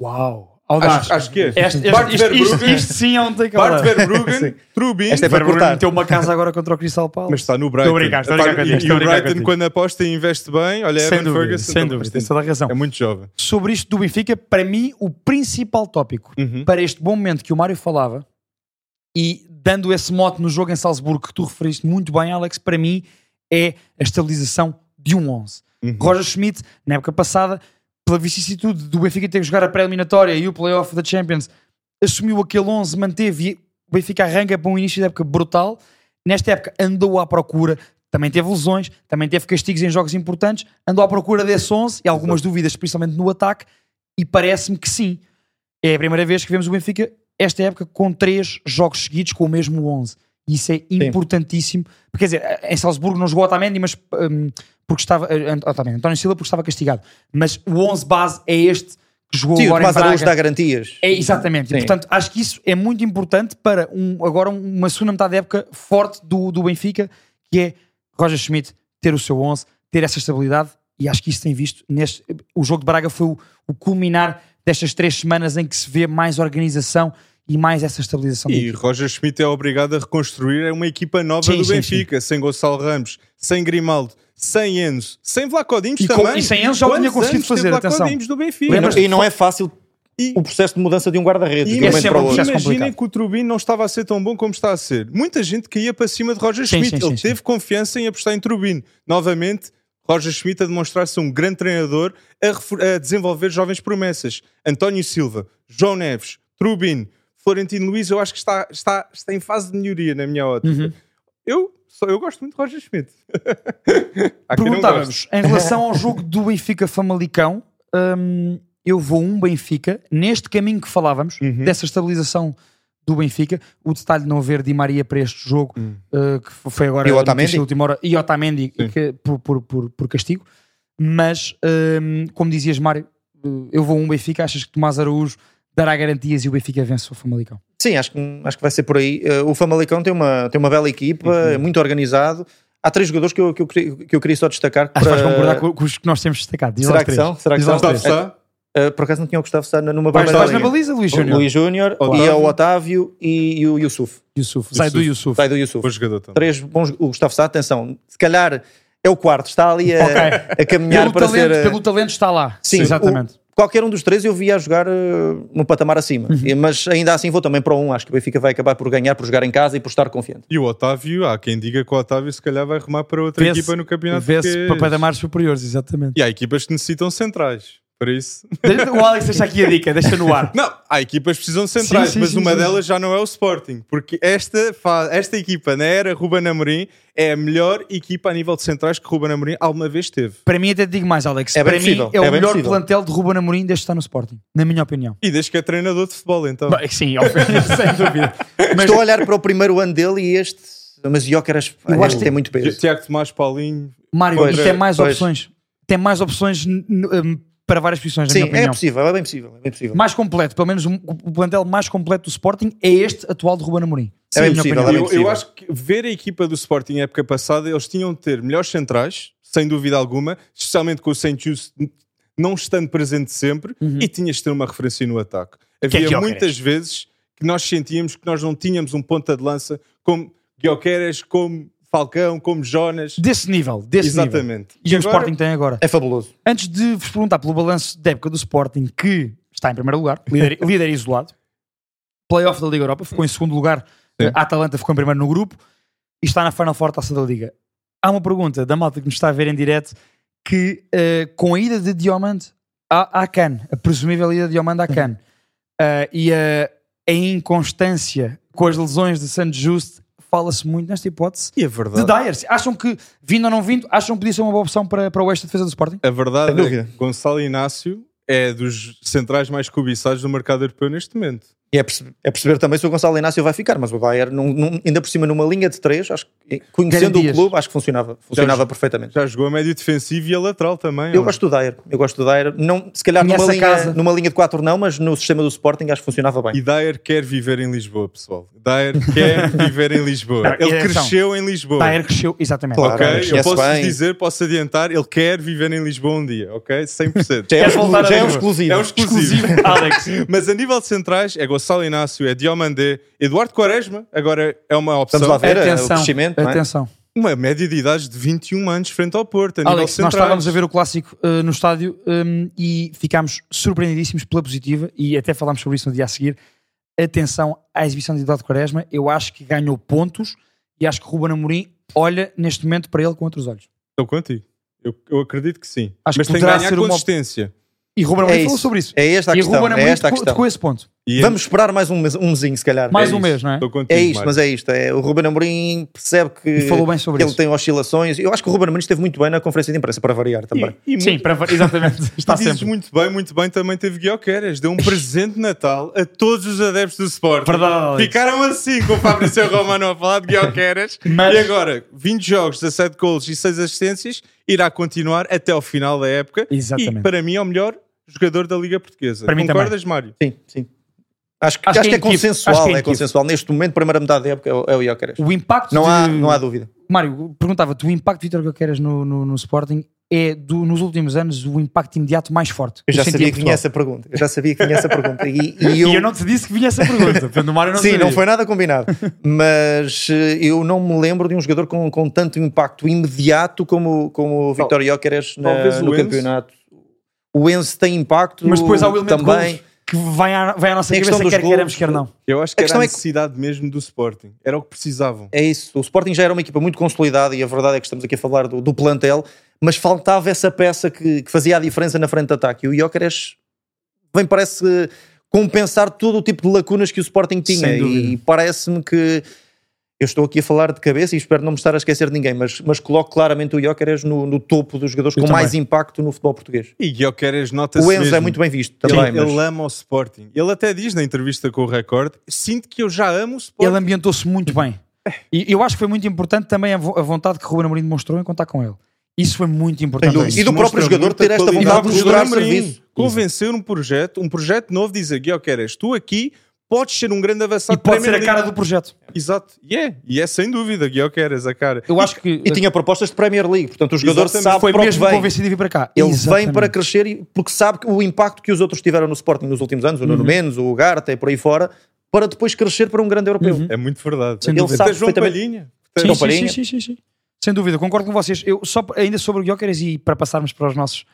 [SPEAKER 3] Uau.
[SPEAKER 1] Acho, acho que é.
[SPEAKER 3] Este, este-
[SPEAKER 1] Bart
[SPEAKER 3] isto, isto-
[SPEAKER 1] Verbruggen,
[SPEAKER 3] isto sim é um take
[SPEAKER 1] Bart Verbruggen, Trubin,
[SPEAKER 2] Esta é para cortar.
[SPEAKER 3] meteu uma casa agora contra o Crystal Palace.
[SPEAKER 1] mas está no Brighton.
[SPEAKER 3] Estou a brincar, estou a
[SPEAKER 1] Epá,
[SPEAKER 3] brincar
[SPEAKER 1] e-
[SPEAKER 3] contigo,
[SPEAKER 1] e
[SPEAKER 3] estou
[SPEAKER 1] o
[SPEAKER 3] a brincar
[SPEAKER 1] Brighton,
[SPEAKER 3] contigo.
[SPEAKER 1] quando aposta e investe bem, olha,
[SPEAKER 3] sem
[SPEAKER 1] Evan é
[SPEAKER 3] dúvida,
[SPEAKER 1] Ferguson
[SPEAKER 3] sem
[SPEAKER 1] também
[SPEAKER 3] dúvida,
[SPEAKER 1] tem-
[SPEAKER 3] tens toda a razão.
[SPEAKER 1] é muito jovem.
[SPEAKER 3] sobre isto do Benfica, para mim, o principal tópico para este bom momento que o Mário falava e dando esse mote no jogo em Salzburgo que tu referiste muito bem, Alex, para mim é a estabilização de um 11. Roger Schmidt, na época passada, pela vicissitude do Benfica ter que jogar a pré-eliminatória e o playoff da Champions, assumiu aquele 11, manteve e o Benfica arranca para um início de época brutal. Nesta época andou à procura, também teve lesões, também teve castigos em jogos importantes, andou à procura desse 11 e algumas dúvidas, principalmente no ataque, e parece-me que sim. É a primeira vez que vemos o Benfica, esta época, com três jogos seguidos com o mesmo 11. E Isso é importantíssimo. Porque, quer dizer, em Salzburgo não jogou Otamendi, mas hum, porque estava. eh, Otamendi, António Silva, porque estava castigado. Mas o 11 base é este que jogou
[SPEAKER 2] Sim, o
[SPEAKER 3] agora em
[SPEAKER 2] Tomás Araújo
[SPEAKER 3] Braga.
[SPEAKER 2] dá garantias.
[SPEAKER 3] É, exatamente. E,
[SPEAKER 2] Sim.
[SPEAKER 3] portanto, acho que isso é muito importante para um, agora uma segunda metade da época forte do, do Benfica, que é Roger Schmidt ter o seu 11, ter essa estabilidade, e acho que isso tem visto neste. O jogo de Braga foi o, o culminar destas três semanas em que se vê mais organização e mais essa estabilização. da
[SPEAKER 1] E
[SPEAKER 3] equipe.
[SPEAKER 1] Roger Schmidt é obrigado a reconstruir é uma equipa nova
[SPEAKER 3] Sim,
[SPEAKER 1] do
[SPEAKER 3] sim,
[SPEAKER 1] Benfica, sem Gonçalo Ramos, sem Grimaldo, sem Enzo, sem Vlaco Dimos
[SPEAKER 3] E com-
[SPEAKER 1] também.
[SPEAKER 3] e sem Enzo já o tinha
[SPEAKER 1] Quantos
[SPEAKER 3] conseguido
[SPEAKER 1] anos tem
[SPEAKER 3] fazer,
[SPEAKER 1] Vlaco
[SPEAKER 3] atenção.
[SPEAKER 1] Dimos do Benfica.
[SPEAKER 2] E não,
[SPEAKER 3] Lembras-te
[SPEAKER 2] e não é fácil
[SPEAKER 1] E-
[SPEAKER 2] o processo de mudança de um guarda-redes. de um
[SPEAKER 1] E
[SPEAKER 3] esse
[SPEAKER 2] momento
[SPEAKER 3] é
[SPEAKER 2] para o
[SPEAKER 3] um
[SPEAKER 2] outro.
[SPEAKER 3] processo
[SPEAKER 1] imaginem
[SPEAKER 3] complicado.
[SPEAKER 1] que o Trubin não estava a ser tão bom como está a ser. Muita gente caía para cima de Roger
[SPEAKER 3] Sim,
[SPEAKER 1] Schmidt.
[SPEAKER 3] sim, sim,
[SPEAKER 1] Ele
[SPEAKER 3] sim.
[SPEAKER 1] teve confiança em apostar em Trubin. Novamente, Roger Schmidt a demonstrar-se um grande treinador a, refor- a desenvolver jovens promessas. António Silva, João Neves, Trubin, Florentino Luiz, eu acho que está, está, está em fase de melhoria na minha ótica.
[SPEAKER 3] Uhum.
[SPEAKER 1] Eu, só, eu gosto muito de Roger Schmidt. Há quem não goste.
[SPEAKER 3] Perguntava-vos, em relação ao jogo do Benfica Famalicão, hum, eu vou um Benfica, neste caminho que falávamos,
[SPEAKER 2] Uhum.
[SPEAKER 3] dessa estabilização do Benfica, o detalhe de não haver Di Maria para este jogo, uh, que f- foi agora
[SPEAKER 2] Hum. E o
[SPEAKER 3] a
[SPEAKER 2] Otamendi?
[SPEAKER 3] notícia da última hora, e Otamendi que- é por, por, por, por castigo, mas hum, como dizias Mário, uh, eu vou um Benfica, achas que Tomás Araújo dará garantias e o Benfica vence o Famalicão? Uhum.
[SPEAKER 2] Sim, acho que, acho que vai ser por aí. Eh, o Famalicão tem uma, tem uma bela equipa, é muito organizado. Há três jogadores que eu, que eu, queria- que eu queria só destacar.
[SPEAKER 3] Acho que vais
[SPEAKER 2] para-
[SPEAKER 3] concordar com, com os que nós temos destacado. Diz
[SPEAKER 2] Eh, Será
[SPEAKER 3] lá os
[SPEAKER 2] que
[SPEAKER 3] três.
[SPEAKER 2] são? Será que
[SPEAKER 3] Diz lá
[SPEAKER 2] são?
[SPEAKER 3] os três.
[SPEAKER 1] Gustavo Sá,
[SPEAKER 2] Uh, por acaso não tinha o Gustavo Sá numa
[SPEAKER 3] Vais,
[SPEAKER 2] primeira
[SPEAKER 3] vais na
[SPEAKER 2] linha.
[SPEAKER 3] baliza, Luís
[SPEAKER 2] O
[SPEAKER 3] Júnior.
[SPEAKER 2] Luís Júnior
[SPEAKER 1] Otávio.
[SPEAKER 2] e é o Otávio e, e o Yusuf.
[SPEAKER 3] Yusuf. Sai do Yusuf.
[SPEAKER 2] Sai do Yusuf.
[SPEAKER 1] bom jogador tá. também.
[SPEAKER 2] Três bons. O Gustavo Sá, atenção, se calhar é o quarto, está ali a,
[SPEAKER 3] Ok.
[SPEAKER 2] a caminhar
[SPEAKER 3] Pelo
[SPEAKER 2] para ser.
[SPEAKER 3] talento,
[SPEAKER 2] eh,
[SPEAKER 3] pelo talento está lá.
[SPEAKER 2] Sim,
[SPEAKER 3] exatamente.
[SPEAKER 2] o- qualquer um dos três eu via a jogar uh, num patamar acima.
[SPEAKER 3] Uhum.
[SPEAKER 2] E- Mas ainda assim vou também para o um. Acho que o Benfica vai acabar por ganhar, por jogar em casa e por estar confiante.
[SPEAKER 1] E o Otávio, há quem diga que o Otávio se calhar vai arrumar para outra
[SPEAKER 3] Vê-se-
[SPEAKER 1] equipa no campeonato. é
[SPEAKER 3] Vê-se para
[SPEAKER 1] português.
[SPEAKER 3] patamares superiores, exatamente.
[SPEAKER 1] E há equipas que necessitam centrais. Por isso.
[SPEAKER 3] O Alex deixa aqui a dica, deixa no ar.
[SPEAKER 1] Não, há equipas que precisam de centrais,
[SPEAKER 3] Sim, sim,
[SPEAKER 1] mas
[SPEAKER 3] sim,
[SPEAKER 1] uma
[SPEAKER 3] sim.
[SPEAKER 1] delas já não é o Sporting, porque esta, fa- esta equipa na era Ruben Amorim é a melhor equipa a nível de centrais que Ruben Amorim alguma vez teve.
[SPEAKER 3] Para mim, até te digo mais, Alex.
[SPEAKER 2] É bem
[SPEAKER 3] para mim,
[SPEAKER 2] possível,
[SPEAKER 3] é
[SPEAKER 2] é
[SPEAKER 3] o
[SPEAKER 2] bem
[SPEAKER 3] melhor
[SPEAKER 2] possível.
[SPEAKER 3] plantel de Ruben Amorim desde que está no Sporting, na minha opinião.
[SPEAKER 1] E desde que é treinador de futebol, então.
[SPEAKER 3] Bem, Sim, obviamente, sem dúvida. Mas
[SPEAKER 2] Estou a olhar para o primeiro ano dele e este. Mas Jóqueras
[SPEAKER 3] Eu acho
[SPEAKER 2] tem muito peso.
[SPEAKER 1] Tiago Tomás Paulinho.
[SPEAKER 3] Mário,
[SPEAKER 1] Pois,
[SPEAKER 3] isto tem mais
[SPEAKER 2] pois.
[SPEAKER 3] opções. Tem mais opções n- n- para várias posições, na
[SPEAKER 2] Sim,
[SPEAKER 3] minha
[SPEAKER 2] é
[SPEAKER 3] opinião.
[SPEAKER 2] possível, é bem possível. É bem possível.
[SPEAKER 3] mais completo, pelo menos um- o plantel mais completo do Sporting é este atual de Ruben Amorim.
[SPEAKER 2] É
[SPEAKER 3] Na
[SPEAKER 2] bem
[SPEAKER 3] minha
[SPEAKER 2] possível,
[SPEAKER 3] opinião.
[SPEAKER 2] é bem
[SPEAKER 1] Eu, eu
[SPEAKER 2] possível.
[SPEAKER 1] acho que ver a equipa do Sporting na época passada, eles tinham de ter melhores centrais, sem dúvida alguma, especialmente com o Saint Just não estando presente sempre, e tinhas de ter uma referência no ataque.
[SPEAKER 3] Que é
[SPEAKER 1] Havia
[SPEAKER 3] Gyökeres.
[SPEAKER 1] muitas vezes que nós sentíamos que nós não tínhamos um ponta de lança como Guioqueras, como Falcão, como Jonas.
[SPEAKER 3] Desse nível, desse nível.
[SPEAKER 1] Exatamente.
[SPEAKER 3] E, o
[SPEAKER 1] agora-
[SPEAKER 3] Sporting tem agora.
[SPEAKER 2] É fabuloso.
[SPEAKER 3] Antes de vos perguntar pelo balanço da época do Sporting, que está em primeiro lugar, líder, líder isolado, playoff da Liga Europa, ficou em segundo lugar,
[SPEAKER 1] Sim.
[SPEAKER 3] a Atalanta ficou em primeiro no grupo e está na Final Four Taça da Liga. Há uma pergunta da malta que nos está a ver em direto que eh, com a ida de Diomande à, à Cannes, a presumível ida de Diomande à Cannes, eh, e a, a inconstância com as lesões de Santos Just, fala-se muito nesta hipótese
[SPEAKER 1] E a
[SPEAKER 3] de
[SPEAKER 1] verdade,
[SPEAKER 3] Dyer. Acham que, vindo ou não vindo, acham que podia ser uma boa opção para, para o esta defesa do Sporting?
[SPEAKER 1] a verdade
[SPEAKER 2] Sem
[SPEAKER 1] é
[SPEAKER 2] dúvida.
[SPEAKER 1] que Gonçalo Inácio é dos centrais mais cobiçados do mercado europeu neste momento.
[SPEAKER 2] E é, perce- é perceber também se o Gonçalo Inácio vai ficar, mas o Bayern, num- num- ainda por cima, numa linha de três, acho que, eh, conhecendo
[SPEAKER 3] Garantias.
[SPEAKER 2] o clube, acho que funcionava, funcionava perfeitamente.
[SPEAKER 1] Já jogou a médio defensivo e a lateral também.
[SPEAKER 2] Eu
[SPEAKER 1] ó.
[SPEAKER 2] gosto do Dyer, eu gosto do Dyer. Não, se calhar
[SPEAKER 3] Conhece
[SPEAKER 2] numa
[SPEAKER 3] a casa.
[SPEAKER 2] linha, numa linha de quatro não, mas no sistema do Sporting acho que funcionava bem.
[SPEAKER 1] E Dyer quer viver em Lisboa, pessoal. Dyer quer viver em Lisboa.
[SPEAKER 3] Tá, E
[SPEAKER 1] Ele
[SPEAKER 3] atenção,
[SPEAKER 1] cresceu em Lisboa.
[SPEAKER 3] Dyer cresceu, exatamente.
[SPEAKER 2] Claro.
[SPEAKER 1] ok? Eu
[SPEAKER 2] conhece
[SPEAKER 1] posso
[SPEAKER 2] bem.
[SPEAKER 1] dizer, posso adiantar, ele quer viver em Lisboa um dia, ok? 100%.
[SPEAKER 2] Já é, um
[SPEAKER 3] Quer voltar
[SPEAKER 2] exclu-
[SPEAKER 3] a
[SPEAKER 2] já é um
[SPEAKER 3] Lisboa?
[SPEAKER 2] exclusivo.
[SPEAKER 1] É um exclusivo.
[SPEAKER 3] Alex.
[SPEAKER 1] Mas a nível de centrais, é Gonçalo Inácio, é Diomandé, Eduardo Quaresma, agora é uma opção.
[SPEAKER 2] Vamos lá ver. Era o
[SPEAKER 3] atenção,
[SPEAKER 2] crescimento, não é?
[SPEAKER 3] atenção.
[SPEAKER 1] Uma média de idade de 21 anos frente ao Porto, a nível
[SPEAKER 3] Alex, nós
[SPEAKER 1] central.
[SPEAKER 3] estávamos a ver o clássico eh, no estádio hum, e ficámos surpreendidíssimos pela positiva e até falámos sobre isso no dia a seguir. Atenção à exibição de Eduardo Quaresma, eu acho que ganhou pontos e acho que Ruben Amorim olha neste momento para ele com outros olhos.
[SPEAKER 1] Estou contigo. Eu, eu acredito que sim.
[SPEAKER 3] Acho que
[SPEAKER 1] Mas tem que
[SPEAKER 3] poderá
[SPEAKER 1] ganhar
[SPEAKER 3] ser uma op-
[SPEAKER 1] consistência.
[SPEAKER 3] E Ruben Amorim
[SPEAKER 2] É
[SPEAKER 3] falou
[SPEAKER 2] isso.
[SPEAKER 3] sobre isso.
[SPEAKER 2] É esta a
[SPEAKER 3] e
[SPEAKER 2] questão.
[SPEAKER 3] Ruben
[SPEAKER 2] É
[SPEAKER 3] Amorim
[SPEAKER 2] esta a
[SPEAKER 3] tocou,
[SPEAKER 2] questão.
[SPEAKER 3] tocou esse ponto.
[SPEAKER 1] E é-
[SPEAKER 2] Vamos esperar mais um, mês- um mesinho, se calhar.
[SPEAKER 3] Mais
[SPEAKER 2] é
[SPEAKER 3] um
[SPEAKER 2] isso.
[SPEAKER 3] mês, não é?
[SPEAKER 1] Estou contigo,
[SPEAKER 2] É isto,
[SPEAKER 1] Marco.
[SPEAKER 2] mas é isto. É, o Ruben Amorim percebe que
[SPEAKER 3] E falou bem sobre
[SPEAKER 2] ele
[SPEAKER 3] isso.
[SPEAKER 2] tem oscilações. Eu acho que o Ruben Amorim esteve muito bem na conferência de imprensa, para variar também.
[SPEAKER 1] E- e
[SPEAKER 3] Sim, para, exatamente. Está
[SPEAKER 1] Tu dizes
[SPEAKER 3] sempre.
[SPEAKER 1] muito bem, muito bem. Também teve Guioqueras. Deu um presente de Natal a todos os adeptos do Sporting.
[SPEAKER 3] Verdade, Alex.
[SPEAKER 1] Ficaram assim com o Fabrício Romano a falar de Guioqueras.
[SPEAKER 3] Mas-
[SPEAKER 1] E agora, 20 jogos, 17 golos e 6 assistências, irá continuar até ao final da época.
[SPEAKER 3] Exatamente.
[SPEAKER 1] E para mim é o melhor jogador da Liga Portuguesa.
[SPEAKER 3] Para mim
[SPEAKER 1] Concordas, Mário?
[SPEAKER 2] Sim, sim. Acho que,
[SPEAKER 3] Acho
[SPEAKER 2] acho
[SPEAKER 3] que
[SPEAKER 2] que é
[SPEAKER 3] é inquif- acho
[SPEAKER 2] consensual.
[SPEAKER 3] que é
[SPEAKER 2] É
[SPEAKER 3] inquif-
[SPEAKER 2] consensual. Neste momento, primeira metade da época, é o- é o Iócaras.
[SPEAKER 3] O impacto
[SPEAKER 2] Não
[SPEAKER 3] de...
[SPEAKER 2] há, não há dúvida.
[SPEAKER 3] Mário, perguntava-te, o impacto de Vitor Gaqueiras no, no, no Sporting é, do- nos últimos anos, o impacto imediato mais forte.
[SPEAKER 2] Eu já
[SPEAKER 3] senti em
[SPEAKER 2] sabia que vinha
[SPEAKER 3] Portugal.
[SPEAKER 2] essa pergunta. Eu já sabia que vinha essa pergunta. E, e eu,
[SPEAKER 3] E eu não te disse que vinha essa pergunta. Portanto, o Mário não
[SPEAKER 2] Sim,
[SPEAKER 3] sabia.
[SPEAKER 2] não foi nada combinado. Mas eh, eu não me lembro de um jogador com, com tanto impacto imediato como, como o Victor Jóqueres na-
[SPEAKER 1] talvez o
[SPEAKER 2] no
[SPEAKER 1] Enzo.
[SPEAKER 2] campeonato. O Enzo tem impacto
[SPEAKER 3] Mas depois há o elemento
[SPEAKER 2] também.
[SPEAKER 3] golos que vai à, vai à nossa
[SPEAKER 2] Tem a questão
[SPEAKER 3] cabeça,
[SPEAKER 2] dos
[SPEAKER 3] quer
[SPEAKER 2] golos.
[SPEAKER 3] queremos, quer não.
[SPEAKER 1] Eu acho
[SPEAKER 2] que
[SPEAKER 1] que
[SPEAKER 2] A era
[SPEAKER 1] era
[SPEAKER 2] questão
[SPEAKER 1] a
[SPEAKER 2] a é que-
[SPEAKER 1] necessidade mesmo do Sporting. Era o que precisavam.
[SPEAKER 2] É isso. O Sporting já era uma equipa muito consolidada e a verdade é que estamos aqui a falar do, do plantel, mas faltava essa peça que, que fazia a diferença na frente de ataque. E o Jóqueres bem parece eh, compensar todo o tipo de lacunas que o Sporting tinha.
[SPEAKER 3] Sem dúvida.
[SPEAKER 2] E parece-me que eu estou aqui a falar de cabeça e espero não me estar a esquecer de ninguém, mas, mas coloco claramente o Jóqueres no, no topo dos jogadores
[SPEAKER 3] Eu
[SPEAKER 2] com
[SPEAKER 3] também.
[SPEAKER 2] mais impacto no futebol português.
[SPEAKER 1] E Guioqueras nota-se
[SPEAKER 2] O Enzo é
[SPEAKER 1] mesmo.
[SPEAKER 2] muito bem visto
[SPEAKER 1] Ele,
[SPEAKER 2] também. mas-
[SPEAKER 1] ele
[SPEAKER 3] é-
[SPEAKER 1] ama o Sporting. Ele até diz na entrevista com o Record: sinto que eu já amo o Sporting.
[SPEAKER 3] Ele ambientou-se muito bem. E eu acho que foi muito importante também a, vo- a vontade que Ruben Amorim demonstrou em contar com ele. Isso foi muito importante.
[SPEAKER 2] dúvida. E do próprio
[SPEAKER 1] Mostra
[SPEAKER 2] jogador
[SPEAKER 1] muita
[SPEAKER 2] ter esta
[SPEAKER 1] qualidade
[SPEAKER 2] vontade
[SPEAKER 1] do
[SPEAKER 2] de mostrar
[SPEAKER 1] jogador.
[SPEAKER 2] serviço.
[SPEAKER 1] Convencer um projeto, um projeto novo, dizer Guilherme, queres tu aqui podes ser um grande
[SPEAKER 3] E
[SPEAKER 1] avançado.
[SPEAKER 3] pode ser
[SPEAKER 1] Premier
[SPEAKER 3] a cara
[SPEAKER 1] League.
[SPEAKER 3] do projeto.
[SPEAKER 1] Exato. E é. E é sem dúvida, Guioqueras, a cara.
[SPEAKER 3] Eu acho que
[SPEAKER 2] E tinha propostas de Premier League, portanto o jogador
[SPEAKER 1] Exatamente.
[SPEAKER 2] sabe
[SPEAKER 3] foi
[SPEAKER 2] para o é que
[SPEAKER 3] mesmo
[SPEAKER 2] vem.
[SPEAKER 3] convencido de vir para cá.
[SPEAKER 2] Ele vem
[SPEAKER 3] Exatamente.
[SPEAKER 2] para crescer e- porque sabe que o impacto que os outros tiveram no Sporting nos últimos anos, o
[SPEAKER 3] Uhum.
[SPEAKER 2] Nuno Menos, o Garta e por aí fora, para depois crescer para um grande europeu.
[SPEAKER 3] Uhum.
[SPEAKER 1] É muito verdade.
[SPEAKER 3] Sem
[SPEAKER 1] Ele
[SPEAKER 3] dúvida.
[SPEAKER 1] sabe João
[SPEAKER 2] perfeitamente-
[SPEAKER 1] Palhinha.
[SPEAKER 3] Sim,
[SPEAKER 2] Então,
[SPEAKER 3] sim,
[SPEAKER 2] Palhinha.
[SPEAKER 3] sim, sim, sim, sim. Sem dúvida, concordo com vocês. Eu só ainda sobre o Guiocares e para passarmos para os nossos,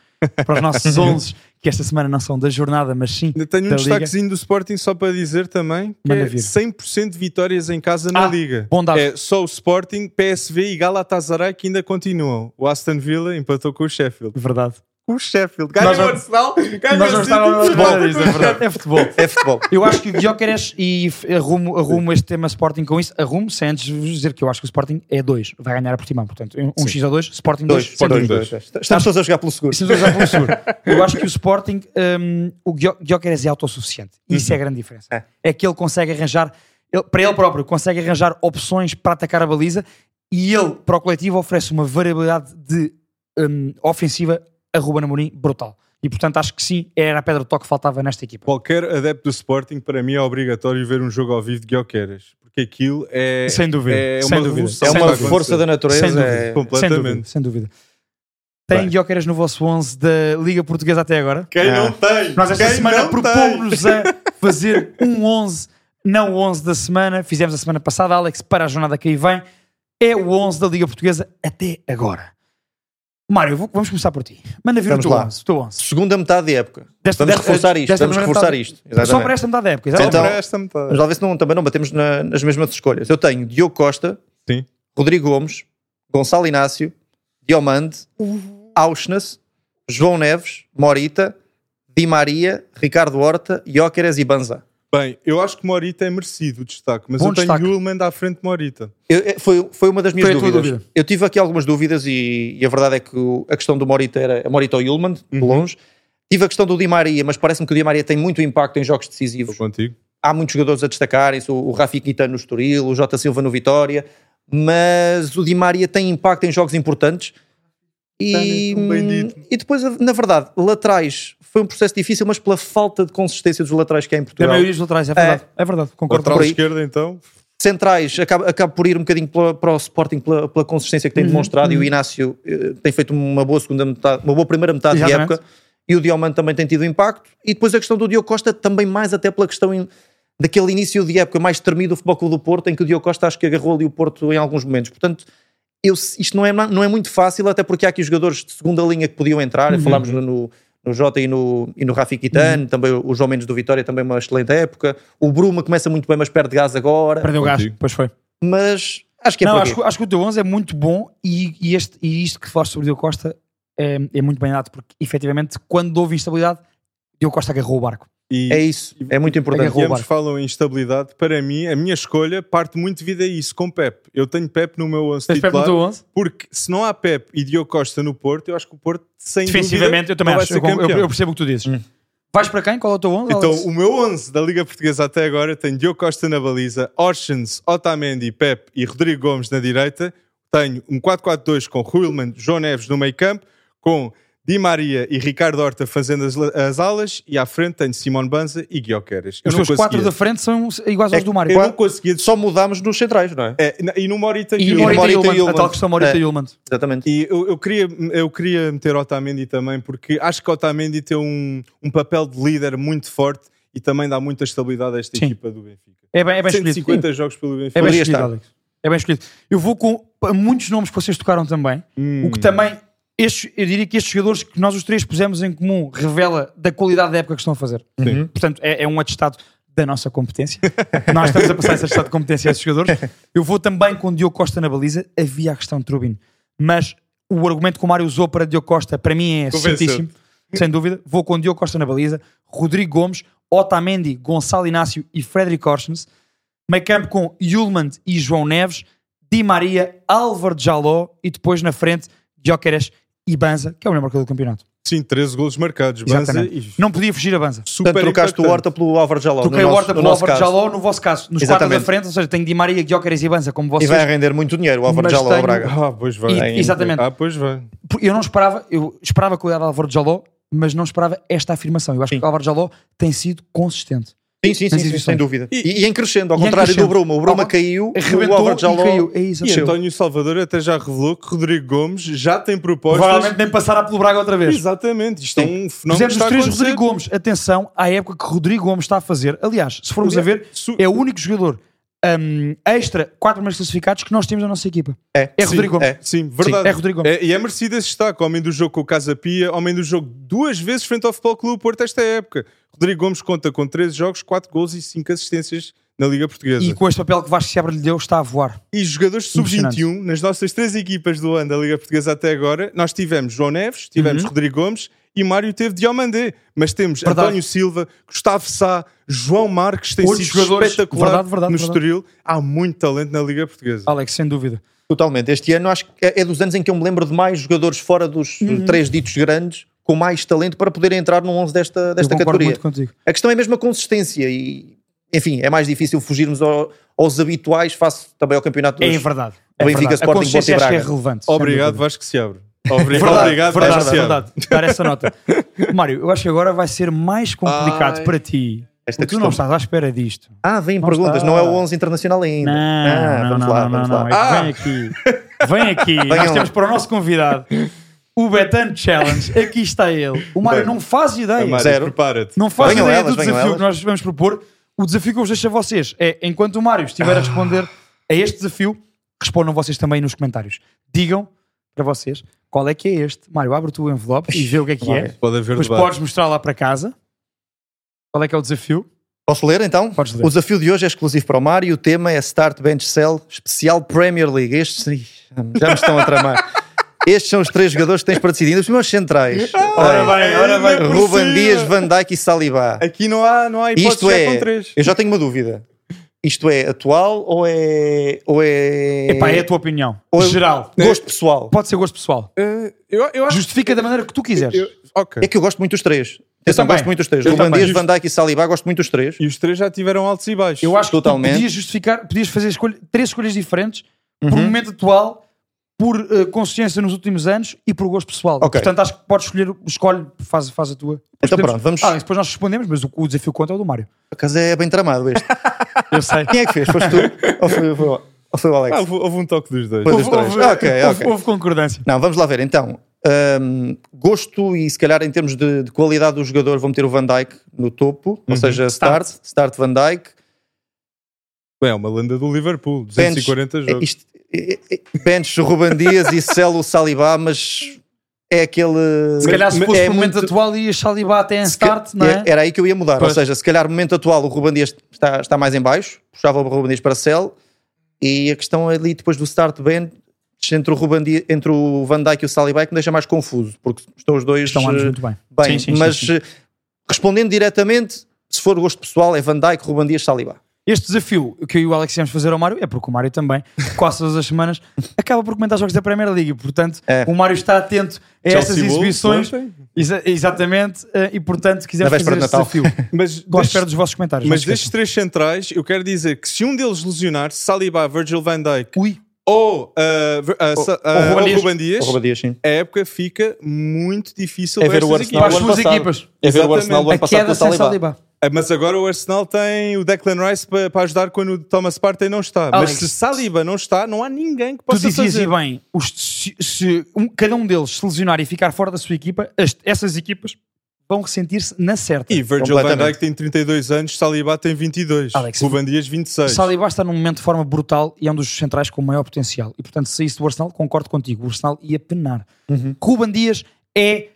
[SPEAKER 3] para os nossos 11, que esta semana não são da jornada, mas sim.
[SPEAKER 1] Ainda tenho um
[SPEAKER 3] da Liga.
[SPEAKER 1] destaquezinho do Sporting só para dizer também que
[SPEAKER 3] Manda
[SPEAKER 1] é
[SPEAKER 3] vir.
[SPEAKER 1] 100% de vitórias em casa na
[SPEAKER 3] Ah,
[SPEAKER 1] Liga.
[SPEAKER 3] bom dado.
[SPEAKER 1] É só o Sporting, PSV e Galatasaray que ainda continuam. O Aston Villa empatou com o Sheffield.
[SPEAKER 3] Verdade.
[SPEAKER 1] Com o Sheffield. Ganha
[SPEAKER 3] Nós
[SPEAKER 1] o
[SPEAKER 3] já-
[SPEAKER 1] Arsenal, ganha
[SPEAKER 3] Nós
[SPEAKER 1] o
[SPEAKER 3] não
[SPEAKER 1] City.
[SPEAKER 3] estávamos a falar disso, é verdade. É futebol.
[SPEAKER 2] É futebol.
[SPEAKER 3] Eu acho que o Guiocares, e f- arrumo, arrumo este tema Sporting com isso, arrumo sem antes vos dizer que eu acho que o Sporting é 2, vai ganhar a Portimão. Portanto, um X ou 2, Sporting 2.
[SPEAKER 2] Dois, Sporting
[SPEAKER 1] dois.
[SPEAKER 2] dois. Estamos todos a jogar pelo seguro.
[SPEAKER 3] Estamos a usar pelo seguro. Eu acho que o Sporting, hum, o Guio- Gyökeres é autossuficiente. Isso é a grande diferença.
[SPEAKER 2] É.
[SPEAKER 3] É, que ele consegue arranjar, ele- para ele próprio, consegue arranjar opções para atacar a baliza e ele, para o coletivo, oferece uma variabilidade de hum, ofensiva a Ruben Amorim brutal. E portanto acho que sim, era a pedra de toque que faltava nesta equipa.
[SPEAKER 1] Qualquer adepto do Sporting, para mim, é obrigatório ver um jogo ao vivo de Guioqueras. Porque aquilo é.
[SPEAKER 3] Sem dúvida,
[SPEAKER 1] É
[SPEAKER 3] sem
[SPEAKER 1] uma
[SPEAKER 3] dúvida,
[SPEAKER 1] revolução
[SPEAKER 2] É
[SPEAKER 1] que
[SPEAKER 3] sem
[SPEAKER 1] está
[SPEAKER 2] uma
[SPEAKER 1] a
[SPEAKER 3] dúvida.
[SPEAKER 2] força da
[SPEAKER 3] Sem
[SPEAKER 2] natureza.
[SPEAKER 3] dúvida.
[SPEAKER 2] é-
[SPEAKER 3] Sem dúvida,
[SPEAKER 1] Completamente.
[SPEAKER 3] sem dúvida. Tem
[SPEAKER 1] Bem.
[SPEAKER 3] Guioqueiras no vosso 11 da Liga Portuguesa até agora?
[SPEAKER 1] Quem
[SPEAKER 2] Ah.
[SPEAKER 1] não tá- tem?
[SPEAKER 3] Nós esta
[SPEAKER 1] Quem
[SPEAKER 3] semana
[SPEAKER 1] não tem?
[SPEAKER 3] propomos-nos a fazer um 11, não o 11 da semana. Fizemos a semana passada, Alex, para a jornada que aí vem. É o 11 da Liga Portuguesa até agora. Mário, vou- vamos começar por ti. Manda vir
[SPEAKER 2] Vamos
[SPEAKER 3] o teu
[SPEAKER 2] lá.
[SPEAKER 3] 11. O teu 11.
[SPEAKER 2] Segunda metade da época.
[SPEAKER 3] Desta-
[SPEAKER 2] vamos
[SPEAKER 3] desta-
[SPEAKER 2] reforçar isto.
[SPEAKER 3] desta
[SPEAKER 2] Vamos
[SPEAKER 3] primeira
[SPEAKER 2] reforçar
[SPEAKER 3] metade-
[SPEAKER 2] isto.
[SPEAKER 3] Só para
[SPEAKER 2] Exatamente.
[SPEAKER 3] esta metade da época.
[SPEAKER 1] Então,
[SPEAKER 3] exatamente.
[SPEAKER 1] para esta metade.
[SPEAKER 2] Vamos lá ver se não, também não batemos na- nas mesmas escolhas. Eu tenho Diogo Costa,
[SPEAKER 1] Sim.
[SPEAKER 2] Rodrigo Gomes, Gonçalo Inácio, Diomande, Auschnes, João Neves, Morita, Di Maria, Ricardo Horta, Jóqueres e Banza.
[SPEAKER 1] Bem, eu acho que Morita é merecido o destaque, mas
[SPEAKER 3] Bom
[SPEAKER 1] eu tenho
[SPEAKER 3] destaque.
[SPEAKER 1] Hulman à frente de Morita.
[SPEAKER 2] Eu- eu- foi, foi uma das minhas
[SPEAKER 3] Foi a tua
[SPEAKER 2] dúvidas.
[SPEAKER 3] dúvida.
[SPEAKER 2] Eu tive aqui algumas dúvidas e, e a verdade é que o- a questão do Morita era a Morita ou Yulman, de
[SPEAKER 3] Uhum.
[SPEAKER 2] longe. Tive a questão do Di Maria, mas parece-me que o Di Maria tem muito impacto em jogos decisivos.
[SPEAKER 1] Estou contigo.
[SPEAKER 2] há muitos jogadores a destacarem-se, o, o Rafi Quintana no Estoril, o Jota Silva no Vitória, mas o Di Maria tem impacto em jogos importantes e, hum,
[SPEAKER 1] Tão bem dito.
[SPEAKER 2] e depois, na verdade, laterais foi um processo difícil, mas pela falta de consistência dos laterais que há em
[SPEAKER 3] Da
[SPEAKER 2] Portugal.
[SPEAKER 3] maioria dos laterais, é verdade. É, verdade, concordo.
[SPEAKER 1] Lateral
[SPEAKER 2] por aí.
[SPEAKER 1] esquerda, então.
[SPEAKER 2] Centrais, acaba, acaba por ir um bocadinho pela- para o Sporting pela, pela consistência que tem demonstrado e o Inácio eh, tem feito uma boa segunda metade, uma boa primeira metade de
[SPEAKER 3] Exatamente.
[SPEAKER 2] época e o Diomante também tem tido impacto e depois a questão do Diogo Costa também mais até pela questão in- daquele início de época mais tremido do Futebol Clube do Porto em que o Diogo Costa acho que agarrou ali o Porto em alguns momentos, portanto eu- isto não é, ma- não é muito fácil até porque há aqui jogadores de segunda linha que podiam entrar falámos no, no, no Jota e no, e no Rafi Quitano, também o João Mendes do Vitória também uma excelente época, o Bruma começa muito bem mas perde gás agora
[SPEAKER 3] Perdeu o gás.
[SPEAKER 1] Contigo.
[SPEAKER 3] Pois foi.
[SPEAKER 2] mas acho que é
[SPEAKER 3] não,
[SPEAKER 2] por
[SPEAKER 3] acho,
[SPEAKER 2] aqui.
[SPEAKER 3] que- acho que o teu 11 é muito bom e, e este, e isto que falaste sobre o Diogo Costa é, é muito bem dado, porque efetivamente quando houve instabilidade, Diogo Costa agarrou o barco.
[SPEAKER 1] E
[SPEAKER 2] é isso, é muito importante.
[SPEAKER 3] Agarrou.
[SPEAKER 1] e
[SPEAKER 3] o
[SPEAKER 1] ambos
[SPEAKER 3] barco.
[SPEAKER 1] falam em estabilidade. Para mim, a minha escolha parte muito devido a isso, com Pep. Eu tenho Pep no meu 11 titular,
[SPEAKER 3] 11?
[SPEAKER 1] porque se não há Pep e Diogo Costa no Porto, eu acho que o Porto, sem
[SPEAKER 3] Defensivamente,
[SPEAKER 1] dúvida,
[SPEAKER 3] eu também
[SPEAKER 1] não
[SPEAKER 3] acho. Eu,
[SPEAKER 1] vai ser
[SPEAKER 3] eu-
[SPEAKER 1] campeão.
[SPEAKER 3] eu percebo o que tu dizes. Vais para quem? Qual é o teu 11?
[SPEAKER 1] Hum. Então,
[SPEAKER 3] Alex?
[SPEAKER 1] o meu 11 da Liga Portuguesa até agora tem Diogo Costa na baliza, Orsens, Otamendi, Pep e Rodrigo Gomes na direita. Tenho um 4-4-2 com Ruilman, João Neves no meio campo, com Di Maria e Ricardo Horta fazendo as, la- as alas e à frente tenho Simone Banza e Guioqueras. Eu
[SPEAKER 3] Os
[SPEAKER 1] não
[SPEAKER 3] teus quatro da
[SPEAKER 1] conseguia. É
[SPEAKER 3] frente são iguais aos do Mário.
[SPEAKER 1] Eu não conseguia.
[SPEAKER 2] Só mudámos nos centrais, não é?
[SPEAKER 1] É, na- e no Morita
[SPEAKER 3] E,
[SPEAKER 1] Gil.
[SPEAKER 2] Morita
[SPEAKER 3] Morita
[SPEAKER 2] Morita e
[SPEAKER 3] e Ullmann, a
[SPEAKER 2] Ullmann.
[SPEAKER 3] tal questão Morita
[SPEAKER 2] É.
[SPEAKER 3] e Ullmann.
[SPEAKER 2] Exatamente.
[SPEAKER 1] E eu, eu queria, eu queria meter Otamendi também, porque acho que Otamendi tem um, um papel de líder muito forte e também dá muita estabilidade a esta
[SPEAKER 3] Sim.
[SPEAKER 1] equipa do Benfica.
[SPEAKER 3] É bem, é bem escolhido.
[SPEAKER 1] 150 jogos pelo Benfica.
[SPEAKER 3] É bem
[SPEAKER 2] Poderia
[SPEAKER 3] escolhido,
[SPEAKER 2] estar.
[SPEAKER 3] Alex. É bem escolhido. Eu vou com muitos nomes que vocês tocaram também.
[SPEAKER 1] Hum,
[SPEAKER 3] O que também, estes, eu diria que estes jogadores que nós os três pusemos em comum revela da qualidade da época que estão a fazer.
[SPEAKER 1] Sim.
[SPEAKER 3] Portanto, é, é um atestado da nossa competência. nós estamos a passar esse atestado de competência a esses jogadores. Eu vou também com o Diogo Costa na baliza. Havia a questão de Trubin. Mas o argumento que o Mário usou para Diogo Costa, para mim, é
[SPEAKER 1] Convenceu-te.
[SPEAKER 3] certíssimo. Sem dúvida. Vou com Diogo Costa na baliza, Rodrigo Gomes, Otamendi, Gonçalo Inácio e Frederico Orsnes. Meio campo com Yulmand e João Neves, Di Maria, Álvaro Jaló e depois na frente Gyökeres e Banza, que é o melhor marcador do campeonato.
[SPEAKER 1] Sim, 13 golos marcados. Banza
[SPEAKER 3] Exatamente.
[SPEAKER 1] e
[SPEAKER 3] Não podia fugir a Banza.
[SPEAKER 1] super
[SPEAKER 2] Portanto, trocaste o
[SPEAKER 1] impactante.
[SPEAKER 2] Horta pelo Álvaro Jaló.
[SPEAKER 3] Troquei
[SPEAKER 2] no
[SPEAKER 3] o
[SPEAKER 2] nosso-
[SPEAKER 3] Horta
[SPEAKER 2] no
[SPEAKER 3] pelo
[SPEAKER 2] nosso
[SPEAKER 3] Álvaro
[SPEAKER 2] caso.
[SPEAKER 3] Jaló, no vosso caso. Nos
[SPEAKER 2] Exatamente.
[SPEAKER 3] quatro da frente, ou seja, tenho Di Maria, Gyökeres e Banza, como
[SPEAKER 2] E
[SPEAKER 3] vocês.
[SPEAKER 2] vai render muito dinheiro o Álvaro
[SPEAKER 3] Mas
[SPEAKER 2] Jaló ao
[SPEAKER 3] tenho-
[SPEAKER 2] Braga.
[SPEAKER 1] Ah, pois
[SPEAKER 3] E-
[SPEAKER 1] vai.
[SPEAKER 3] exatamente.
[SPEAKER 1] Ah, pois vai.
[SPEAKER 3] Por- Eu não esperava, eu esperava que o Álvaro Jaló, mas não esperava esta afirmação. Eu acho que o Álvaro Jaló tem sido consistente.
[SPEAKER 2] Sim, sim, sim,
[SPEAKER 3] nas
[SPEAKER 2] sim,
[SPEAKER 3] exibições.
[SPEAKER 2] sem dúvida.
[SPEAKER 1] E-
[SPEAKER 2] E, e em crescendo, ao
[SPEAKER 3] e em
[SPEAKER 2] contrário
[SPEAKER 3] crescendo.
[SPEAKER 2] do Bruma. O Bruma
[SPEAKER 3] Ah,
[SPEAKER 2] caiu, o
[SPEAKER 3] Arrebentou
[SPEAKER 2] Álvaro já
[SPEAKER 3] e
[SPEAKER 2] logo-
[SPEAKER 3] caiu. É
[SPEAKER 2] então
[SPEAKER 3] isso,
[SPEAKER 1] E
[SPEAKER 3] desceu.
[SPEAKER 1] António Salvador até já revelou que Rodrigo Gomes já tem propostas.
[SPEAKER 3] Provavelmente nem passará pelo Braga outra vez.
[SPEAKER 1] Exatamente, isto é um fenómeno.
[SPEAKER 3] Fizemos
[SPEAKER 1] que
[SPEAKER 3] os
[SPEAKER 1] está a
[SPEAKER 3] três
[SPEAKER 1] acontecer.
[SPEAKER 3] Rodrigo Gomes. Atenção à época que Rodrigo Gomes está a fazer. Aliás, se formos a ver,
[SPEAKER 1] Su-
[SPEAKER 3] é o único jogador hum, extra, quatro mais classificados, que nós temos na nossa equipa.
[SPEAKER 2] É,
[SPEAKER 3] É
[SPEAKER 2] Sim,
[SPEAKER 3] Rodrigo Gomes.
[SPEAKER 2] é.
[SPEAKER 1] Sim, verdade.
[SPEAKER 3] é Rodrigo Gomes.
[SPEAKER 1] É, e é merecido esse destaque. Homem do jogo com o Casa Pia, homem do jogo duas vezes frente ao Futebol Clube Porto esta época. Rodrigo Gomes conta com 13 jogos, 4 gols e 5 assistências na Liga Portuguesa.
[SPEAKER 3] E com este papel que Vasco Seabra lhe deu, está a voar.
[SPEAKER 1] E jogadores de sub-21, nas nossas três equipas do ano da Liga Portuguesa até agora, nós tivemos João Neves, tivemos Rodrigo Gomes e Mário teve Diomandé. Mas temos
[SPEAKER 3] Verdade.
[SPEAKER 1] António Silva, Gustavo Sá, João Marques, tem
[SPEAKER 3] Outros
[SPEAKER 1] sido
[SPEAKER 3] jogadores.
[SPEAKER 1] espetacular
[SPEAKER 3] Verdade, verdade,
[SPEAKER 1] no
[SPEAKER 3] verdade. Ah,
[SPEAKER 1] Estoril. Há muito talento na Liga Portuguesa.
[SPEAKER 3] Alex, sem dúvida.
[SPEAKER 2] Totalmente. Este ano acho que é é dos anos em que eu me lembro de mais jogadores fora dos
[SPEAKER 3] Uhum.
[SPEAKER 2] eh, três ditos grandes com mais talento para poderem entrar no 11 desta, desta
[SPEAKER 3] Eu concordo
[SPEAKER 2] categoria.
[SPEAKER 3] muito contigo.
[SPEAKER 2] A questão é mesmo a consistência e, enfim, é mais difícil fugirmos ao- aos habituais face também ao campeonato
[SPEAKER 3] É
[SPEAKER 2] dos-
[SPEAKER 3] verdade.
[SPEAKER 2] O
[SPEAKER 3] É
[SPEAKER 2] Benfica,
[SPEAKER 3] verdade.
[SPEAKER 2] Sporting,
[SPEAKER 3] a consciência
[SPEAKER 2] Porto e
[SPEAKER 3] acho que é
[SPEAKER 2] Braga.
[SPEAKER 3] relevante. sem
[SPEAKER 1] Obrigado,
[SPEAKER 3] dúvida.
[SPEAKER 1] Vasco Seabro. Obri-
[SPEAKER 3] Verdade,
[SPEAKER 1] Obrigado,
[SPEAKER 3] verdade,
[SPEAKER 1] Vasco Seabro.
[SPEAKER 3] verdade. Dar essa nota. Mário, eu acho que agora vai ser mais complicado
[SPEAKER 1] Ai.
[SPEAKER 3] para ti.
[SPEAKER 2] Esta
[SPEAKER 3] porque tu não
[SPEAKER 2] questão.
[SPEAKER 3] estás à espera disto.
[SPEAKER 2] Ah, vem
[SPEAKER 3] Não
[SPEAKER 2] perguntas,
[SPEAKER 3] está.
[SPEAKER 2] não é o 11 internacional ainda.
[SPEAKER 3] Não,
[SPEAKER 2] Ah,
[SPEAKER 3] não,
[SPEAKER 2] vamos
[SPEAKER 3] não,
[SPEAKER 2] lá,
[SPEAKER 3] não,
[SPEAKER 2] vamos
[SPEAKER 3] não,
[SPEAKER 2] lá. Ah! um.
[SPEAKER 3] é que Vem aqui, vem aqui. Nós
[SPEAKER 2] lá.
[SPEAKER 3] temos para o nosso convidado o Betano Challenge. Aqui está ele. O Mário
[SPEAKER 1] Bem,
[SPEAKER 3] não faz ideia.
[SPEAKER 1] Mário,
[SPEAKER 2] Zero.
[SPEAKER 1] prepara-te.
[SPEAKER 3] Não faz
[SPEAKER 2] é Venham
[SPEAKER 3] ideia
[SPEAKER 2] elas,
[SPEAKER 3] do
[SPEAKER 2] venham
[SPEAKER 3] desafio
[SPEAKER 2] elas.
[SPEAKER 3] que nós vamos propor. O desafio que eu vos deixo a vocês é, enquanto o Mário estiver a responder a este desafio, respondam vocês também nos comentários. Digam para vocês qual é que é este. Mário, abre tu o envelope e vê o que é que é.
[SPEAKER 1] Pode haver
[SPEAKER 3] Depois
[SPEAKER 1] debate.
[SPEAKER 3] podes mostrar lá para casa. Qual é que é o desafio?
[SPEAKER 2] Posso ler então?
[SPEAKER 3] Podes ler.
[SPEAKER 2] O desafio de hoje é exclusivo para o Mar e o tema é Start Bench Cell, especial Premier League. Estes ih, já me estão a tramar. Estes são os três jogadores que tens para decidir. Os meus centrais.
[SPEAKER 3] Ah,
[SPEAKER 1] Ora
[SPEAKER 2] Olha,
[SPEAKER 1] bem, ora bem. por
[SPEAKER 2] Ruben
[SPEAKER 1] cima.
[SPEAKER 2] Dias, Van Dijk e Saliba.
[SPEAKER 1] Aqui não há, não há hipótese
[SPEAKER 2] Isto
[SPEAKER 1] já
[SPEAKER 2] é.
[SPEAKER 1] com três.
[SPEAKER 2] Eu já tenho uma dúvida. Isto é atual ou é. Ou é.
[SPEAKER 3] Epá, é a tua opinião.
[SPEAKER 2] ou é-
[SPEAKER 3] Geral.
[SPEAKER 2] Gosto pessoal.
[SPEAKER 3] Pode ser gosto pessoal.
[SPEAKER 1] Eh, eu, eu acho
[SPEAKER 3] Justifica da maneira que tu quiseres.
[SPEAKER 1] eu- ok.
[SPEAKER 2] É que eu gosto muito dos três.
[SPEAKER 3] Eu
[SPEAKER 2] Atenção,
[SPEAKER 3] também.
[SPEAKER 2] gosto muito dos três.
[SPEAKER 3] Eu
[SPEAKER 2] Ruben
[SPEAKER 3] também.
[SPEAKER 2] Dias, Van Dijk e Saliba, gosto muito dos três.
[SPEAKER 1] E os três já tiveram altos e baixos.
[SPEAKER 3] Eu acho que
[SPEAKER 2] Totalmente.
[SPEAKER 3] tu podias justificar, podias fazer escolha- três escolhas diferentes
[SPEAKER 2] Uhum.
[SPEAKER 3] por momento atual, por eh, consciência nos últimos anos e por gosto pessoal.
[SPEAKER 2] Ok.
[SPEAKER 3] Portanto, acho que podes escolher, escolhe, faz, faz a tua.
[SPEAKER 2] Então
[SPEAKER 3] Podemos-
[SPEAKER 2] pronto, vamos.
[SPEAKER 3] Ah, e depois nós respondemos, mas o, o desafio conta é o do Mário.
[SPEAKER 2] Por acaso é bem tramado este.
[SPEAKER 3] Eu sei.
[SPEAKER 2] Quem é que fez? Foste tu? ou, foi, foi- ou foi o Alex?
[SPEAKER 1] Ah, houve, houve um toque dos dois.
[SPEAKER 2] Pois
[SPEAKER 1] Houve-
[SPEAKER 2] dos três. Ok,
[SPEAKER 3] houve,
[SPEAKER 2] ok.
[SPEAKER 3] houve concordância.
[SPEAKER 2] Não, vamos lá ver. Então, hum, gosto e se calhar em termos de, de qualidade do jogador, vou meter o Van Dijk no topo,
[SPEAKER 3] Uhum.
[SPEAKER 2] ou seja, start, start Van Dijk,
[SPEAKER 1] Bem, é uma lenda do Liverpool.
[SPEAKER 2] bench,
[SPEAKER 1] 240
[SPEAKER 2] é,
[SPEAKER 1] jogos.
[SPEAKER 2] isto, é, é, bench Ruben Dias e Celo Salibá, mas é aquele.
[SPEAKER 3] Se calhar se
[SPEAKER 1] mas
[SPEAKER 3] fosse
[SPEAKER 2] é
[SPEAKER 3] o momento
[SPEAKER 2] muito-
[SPEAKER 3] atual e a Saliba até em start, não
[SPEAKER 2] É-
[SPEAKER 3] é?
[SPEAKER 2] Era aí que eu ia mudar.
[SPEAKER 3] Pois.
[SPEAKER 2] Ou seja, se calhar no momento atual o Ruben Dias está, está mais em baixo, puxava o Ruben Dias para Cel e a questão ali depois do start bem entre o, Ruben Dias, entre o Van Dijk e o Saliba é que me deixa mais confuso, porque estão os dois
[SPEAKER 3] Estão ambos
[SPEAKER 2] eh,
[SPEAKER 3] muito bem.
[SPEAKER 2] bem.
[SPEAKER 3] Sim, sim, sim,
[SPEAKER 2] mas
[SPEAKER 3] sim.
[SPEAKER 2] eh, respondendo diretamente, se for gosto pessoal, é Van Dijk, Ruben Dias, Saliba.
[SPEAKER 3] Este desafio que eu e o Alex íamos fazer ao Mário é porque o Mário também, quase todas as semanas, acaba por comentar jogos da Primeira Liga. Portanto,
[SPEAKER 2] É.
[SPEAKER 3] o Mário está atento a essas
[SPEAKER 1] Chelsea Wolves,
[SPEAKER 3] exibições.
[SPEAKER 1] ontem.
[SPEAKER 3] Exa- exatamente. eh, E portanto,
[SPEAKER 2] Na
[SPEAKER 3] quisermos fazer
[SPEAKER 2] véspera
[SPEAKER 3] este
[SPEAKER 2] de Natal.
[SPEAKER 3] desafio.
[SPEAKER 1] Mas,
[SPEAKER 3] Estou à
[SPEAKER 1] destes,
[SPEAKER 3] espera dos vossos comentários.
[SPEAKER 1] mas
[SPEAKER 3] não se
[SPEAKER 1] destes três centrais, eu quero dizer que se um deles lesionar, Saliba, Virgil van Dijk
[SPEAKER 3] esqueçam. Ui,
[SPEAKER 1] ou, ah, Vir- ah, Sa- ah,
[SPEAKER 2] Ruben
[SPEAKER 1] ou
[SPEAKER 2] Dias.
[SPEAKER 1] Ruben Dias,
[SPEAKER 2] O Ruben Dias, sim.
[SPEAKER 1] a época fica muito difícil
[SPEAKER 2] É
[SPEAKER 1] para
[SPEAKER 2] ver o
[SPEAKER 1] estas
[SPEAKER 2] Arsenal.
[SPEAKER 3] para as
[SPEAKER 2] o ano
[SPEAKER 1] equipas.
[SPEAKER 3] suas
[SPEAKER 2] passado.
[SPEAKER 3] equipas.
[SPEAKER 2] É ver o
[SPEAKER 1] Exatamente.
[SPEAKER 2] Arsenal do
[SPEAKER 3] A
[SPEAKER 2] ano passado com
[SPEAKER 3] queda
[SPEAKER 2] o
[SPEAKER 3] sem
[SPEAKER 2] Saliba.
[SPEAKER 3] Saliba.
[SPEAKER 1] Ah, Mas agora o Arsenal tem o Declan Rice para, para ajudar quando o Thomas Partey não está.
[SPEAKER 3] Alex,
[SPEAKER 1] Mas se Saliba não está, não há ninguém que
[SPEAKER 3] Tu
[SPEAKER 1] possa
[SPEAKER 3] dizias e
[SPEAKER 1] fazer.
[SPEAKER 3] assim, bem, os- se, se um- cada um deles se lesionar e ficar fora da sua equipa, as- essas equipas vão ressentir-se na certa.
[SPEAKER 1] E Virgil van
[SPEAKER 2] Completamente.
[SPEAKER 1] Dijk tem 32 anos, Saliba tem 22,
[SPEAKER 3] Alex,
[SPEAKER 1] Ruben Dias 26.
[SPEAKER 3] Saliba está num momento de forma brutal e é um dos centrais com maior potencial. E portanto, se saísse do Arsenal, concordo contigo. O Arsenal ia penar. Ruben Dias é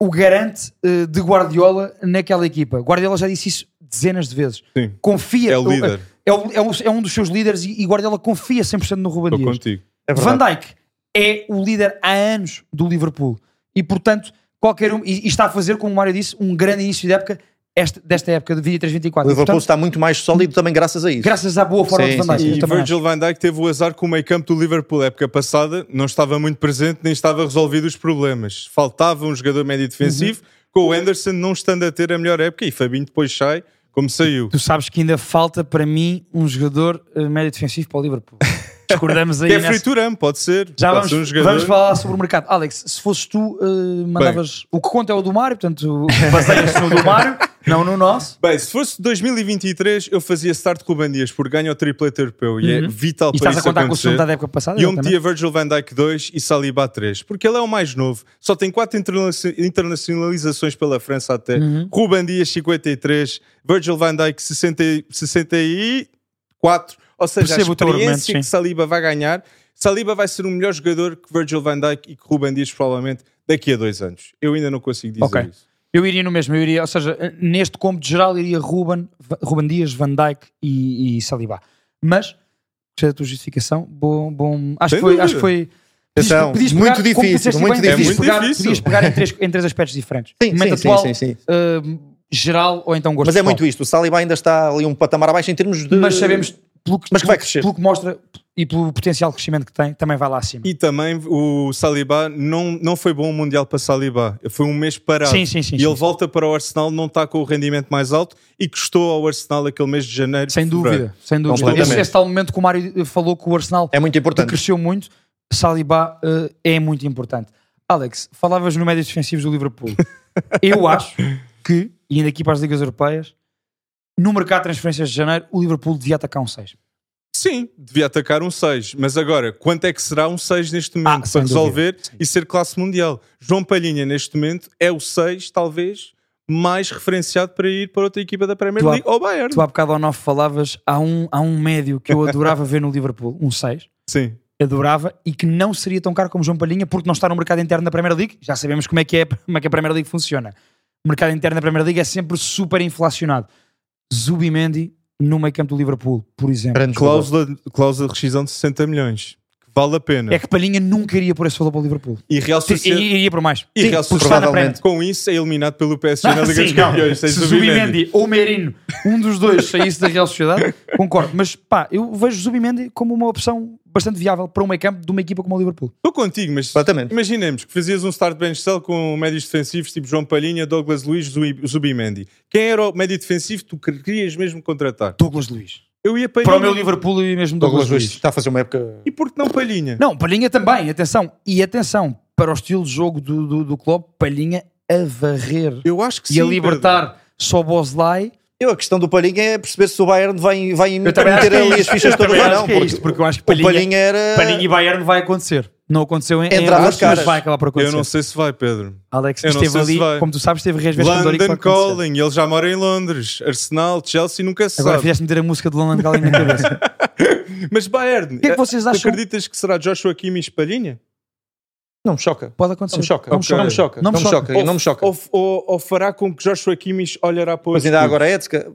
[SPEAKER 3] o garante eh, de Guardiola naquela equipa. Guardiola já disse isso dezenas de vezes.
[SPEAKER 1] Sim.
[SPEAKER 3] Confia.
[SPEAKER 1] É o líder.
[SPEAKER 3] É, o- é o- é um dos seus líderes e, e Guardiola confia 100% no Ruben
[SPEAKER 1] Estou
[SPEAKER 3] Dias.
[SPEAKER 1] contigo.
[SPEAKER 2] É
[SPEAKER 3] Van
[SPEAKER 2] verdade.
[SPEAKER 3] Dijk é o líder há anos do Liverpool e portanto qualquer um e, e está a fazer como o Mário disse um grande início de época esta- desta época de 23-24
[SPEAKER 2] O
[SPEAKER 3] E,
[SPEAKER 2] Liverpool
[SPEAKER 3] portanto,
[SPEAKER 2] está muito mais sólido também graças a isso.
[SPEAKER 3] graças à boa forma
[SPEAKER 2] Sim,
[SPEAKER 3] de Van
[SPEAKER 2] sim,
[SPEAKER 3] Dijk
[SPEAKER 1] E
[SPEAKER 3] eu também acho.
[SPEAKER 1] Virgil van Dijk teve o azar com o meio campo do Liverpool. A época passada não estava muito presente, nem estava resolvido os problemas. Faltava um jogador médio defensivo,
[SPEAKER 3] Uhum.
[SPEAKER 1] com o Anderson não estando a ter a melhor época e Fabinho depois sai como saiu.
[SPEAKER 3] Tu sabes que ainda falta para mim um jogador eh, médio defensivo para o Liverpool. Discordamos aí
[SPEAKER 1] Que é
[SPEAKER 3] nessa-
[SPEAKER 1] Friturão, pode ser.
[SPEAKER 3] Já
[SPEAKER 1] pode
[SPEAKER 3] vamos,
[SPEAKER 1] ser um jogador.
[SPEAKER 3] vamos falar sobre o mercado. Alex, se fosses tu, eh, mandavas. o que conta é o do Mário, portanto, baseias-se no do Mário. Não no nosso.
[SPEAKER 1] Bem, se fosse 2023, eu fazia start com o Bandias por ganho ao triplete europeu e é
[SPEAKER 3] Uhum.
[SPEAKER 1] vital
[SPEAKER 3] E
[SPEAKER 1] para
[SPEAKER 3] estás a
[SPEAKER 1] isso
[SPEAKER 3] contar com o
[SPEAKER 1] acontecer.
[SPEAKER 3] segundo da época passada?
[SPEAKER 1] E um eu
[SPEAKER 3] exatamente.
[SPEAKER 1] metia Virgil van Dijk 2 e Saliba 3, porque ele é o mais novo, só tem 4 internacionalizações pela França até.
[SPEAKER 3] Uhum.
[SPEAKER 1] Ruben Dias 53, Virgil van Dijk 60, e- 64, ou seja,
[SPEAKER 3] Percebo
[SPEAKER 1] a
[SPEAKER 3] o teu argumento,
[SPEAKER 1] experiência que
[SPEAKER 3] sim.
[SPEAKER 1] Saliba vai ganhar, Saliba vai ser o melhor jogador que Virgil van Dijk e que Ruben Dias provavelmente daqui a dois anos. Eu ainda não consigo dizer
[SPEAKER 3] Ok.
[SPEAKER 1] isso.
[SPEAKER 3] Eu iria no mesmo, eu iria, ou seja, neste combo de geral iria Ruben, Va- Ruben Dias, Van Dijk e, e Saliba. Mas, gostei da tua justificação, bom, bom acho,
[SPEAKER 1] Sem
[SPEAKER 3] que foi,
[SPEAKER 1] dúvida.
[SPEAKER 3] acho que foi...
[SPEAKER 2] Atenção, muito
[SPEAKER 3] como
[SPEAKER 2] difícil,
[SPEAKER 3] disseste
[SPEAKER 2] muito
[SPEAKER 3] bem, podias
[SPEAKER 1] difícil.
[SPEAKER 3] pegar-
[SPEAKER 1] É muito
[SPEAKER 3] Podias
[SPEAKER 1] difícil.
[SPEAKER 3] pegar em três, em três aspectos diferentes.
[SPEAKER 2] Sim,
[SPEAKER 3] Momento
[SPEAKER 2] sim, sim,
[SPEAKER 3] atual,
[SPEAKER 2] sim, sim.
[SPEAKER 3] hum, geral ou então gosto
[SPEAKER 2] Mas é
[SPEAKER 3] pessoal.
[SPEAKER 2] muito isto. O Saliba ainda está ali um patamar abaixo em termos de.
[SPEAKER 3] Mas sabemos, pelo que,
[SPEAKER 2] Mas que vai
[SPEAKER 3] pelo-
[SPEAKER 2] crescer.
[SPEAKER 3] pelo que mostra e pelo potencial de crescimento que tem, também vai lá acima.
[SPEAKER 1] E também o Saliba não, não foi bom o Mundial para Saliba. Foi um mês parado.
[SPEAKER 3] Sim, sim, sim,
[SPEAKER 1] E
[SPEAKER 3] sim,
[SPEAKER 1] ele
[SPEAKER 3] sim.
[SPEAKER 1] volta para o Arsenal, não está com o rendimento mais alto e custou ao Arsenal aquele mês de janeiro.
[SPEAKER 3] Sem dúvida,
[SPEAKER 1] fevereiro.
[SPEAKER 3] sem dúvida.
[SPEAKER 2] Completamente.
[SPEAKER 3] Esse, esse tal momento que o Mário eh, falou que o Arsenal
[SPEAKER 2] É muito importante.
[SPEAKER 3] cresceu muito, Saliba eh, é muito importante. Alex, falavas no médios defensivos do Liverpool. Eu acho que, e ainda aqui para as ligas europeias, no mercado de transferências de janeiro, o Liverpool devia atacar um 6.
[SPEAKER 1] Sim, devia atacar um 6. Mas agora, quanto é que será um 6 neste
[SPEAKER 3] Ah,
[SPEAKER 1] momento
[SPEAKER 3] sem
[SPEAKER 1] para resolver e ser classe mundial? João Palhinha, neste momento, é o 6, talvez, mais referenciado para ir para outra equipa da Premier
[SPEAKER 3] Tu há-
[SPEAKER 1] League ou Bayern.
[SPEAKER 3] Tu há bocado ao 9 falavas, há um, há um médio que eu adorava ver no Liverpool, um 6.
[SPEAKER 1] Sim.
[SPEAKER 3] adorava e que não seria tão caro como João Palhinha porque não está no mercado interno da Premier League. Já sabemos como é que, é, como é que a Premier League funciona. O mercado interno da Premier League é sempre super inflacionado. Zubimendi no meio campo do Liverpool, por exemplo.
[SPEAKER 2] Grande jogador.
[SPEAKER 1] Cláusula, cláusula de rescisão de 60 milhões. que Vale a pena.
[SPEAKER 3] É que Palhinha nunca iria por esse valor para o Liverpool.
[SPEAKER 1] E Real Sociedade.
[SPEAKER 3] I- Iria por mais.
[SPEAKER 1] E
[SPEAKER 3] Sim,
[SPEAKER 1] Real
[SPEAKER 3] porque está na
[SPEAKER 2] provavelmente.
[SPEAKER 1] Com isso, é eliminado pelo PSG na
[SPEAKER 3] Ah,
[SPEAKER 1] Liga
[SPEAKER 3] sim,
[SPEAKER 1] dos
[SPEAKER 3] não.
[SPEAKER 1] Campeões. sem
[SPEAKER 3] Se
[SPEAKER 1] Zubimendi.
[SPEAKER 3] Zubimendi ou Merino, um dos dois, saísse da Real Sociedade, concordo. Mas pá, eu vejo Zubimendi como uma opção bastante viável para um meio campo de uma equipa como o Liverpool.
[SPEAKER 1] Estou contigo, mas
[SPEAKER 2] Completamente.
[SPEAKER 1] imaginemos que fazias um start bench cell com médios defensivos tipo João Palhinha, Douglas Luiz, Zui- Zubimendi. Quem era o médio defensivo que tu querias mesmo contratar?
[SPEAKER 3] Douglas Luiz.
[SPEAKER 1] Eu ia Palhinha.
[SPEAKER 3] Para o meu Liverpool e mesmo
[SPEAKER 2] Douglas
[SPEAKER 3] Douglas,
[SPEAKER 2] Luiz
[SPEAKER 3] Luiz.
[SPEAKER 2] está a fazer uma época.
[SPEAKER 1] E por que não Palhinha?
[SPEAKER 3] Não, Palhinha também, atenção. E atenção, para o estilo de jogo do, do, do clube, Palhinha a varrer
[SPEAKER 1] Eu acho que
[SPEAKER 3] e
[SPEAKER 1] sim.
[SPEAKER 3] a libertar só Boslai.
[SPEAKER 2] Eu, a questão do Palhinha é perceber se o Bayern vai, vai meter
[SPEAKER 3] também acho que é
[SPEAKER 2] ali
[SPEAKER 3] isto.
[SPEAKER 2] as fichas
[SPEAKER 3] Eu
[SPEAKER 2] todas
[SPEAKER 3] também
[SPEAKER 2] ou
[SPEAKER 3] acho
[SPEAKER 2] não.
[SPEAKER 3] que é isto, porque eu acho que
[SPEAKER 2] o Palhinha,
[SPEAKER 3] Palhinha-
[SPEAKER 2] era.
[SPEAKER 3] Palhinha e Bayern vai acontecer. Não aconteceu em, em
[SPEAKER 2] Entrava
[SPEAKER 3] agosto,
[SPEAKER 2] de caras.
[SPEAKER 3] mas vai acabar por acontecer.
[SPEAKER 1] Eu não sei se vai, Pedro.
[SPEAKER 3] Alex
[SPEAKER 1] eu não
[SPEAKER 3] esteve
[SPEAKER 1] sei se
[SPEAKER 3] ali,
[SPEAKER 1] vai.
[SPEAKER 3] como tu sabes, esteve várias vezes com o Dorico
[SPEAKER 1] London
[SPEAKER 3] para acontecer.
[SPEAKER 1] Calling, ele já mora em Londres. Arsenal, Chelsea, nunca se
[SPEAKER 3] Agora
[SPEAKER 1] sabe.
[SPEAKER 3] fizeste meter a música de London Calling na cabeça.
[SPEAKER 1] Mas Bayern, o
[SPEAKER 3] que é que vocês acham?
[SPEAKER 1] acreditas que será Joshua Kimmich Palhinha?
[SPEAKER 2] Não me choca.
[SPEAKER 3] Pode acontecer.
[SPEAKER 2] Não me choca.
[SPEAKER 3] Não me
[SPEAKER 1] Ok.
[SPEAKER 2] Não
[SPEAKER 3] choca.
[SPEAKER 2] me choca. Não me choca. Não me choca.
[SPEAKER 1] Ou, ou- ou fará com que Joshua Kimmich olhará para o
[SPEAKER 2] Mas ainda há agora é Etzka.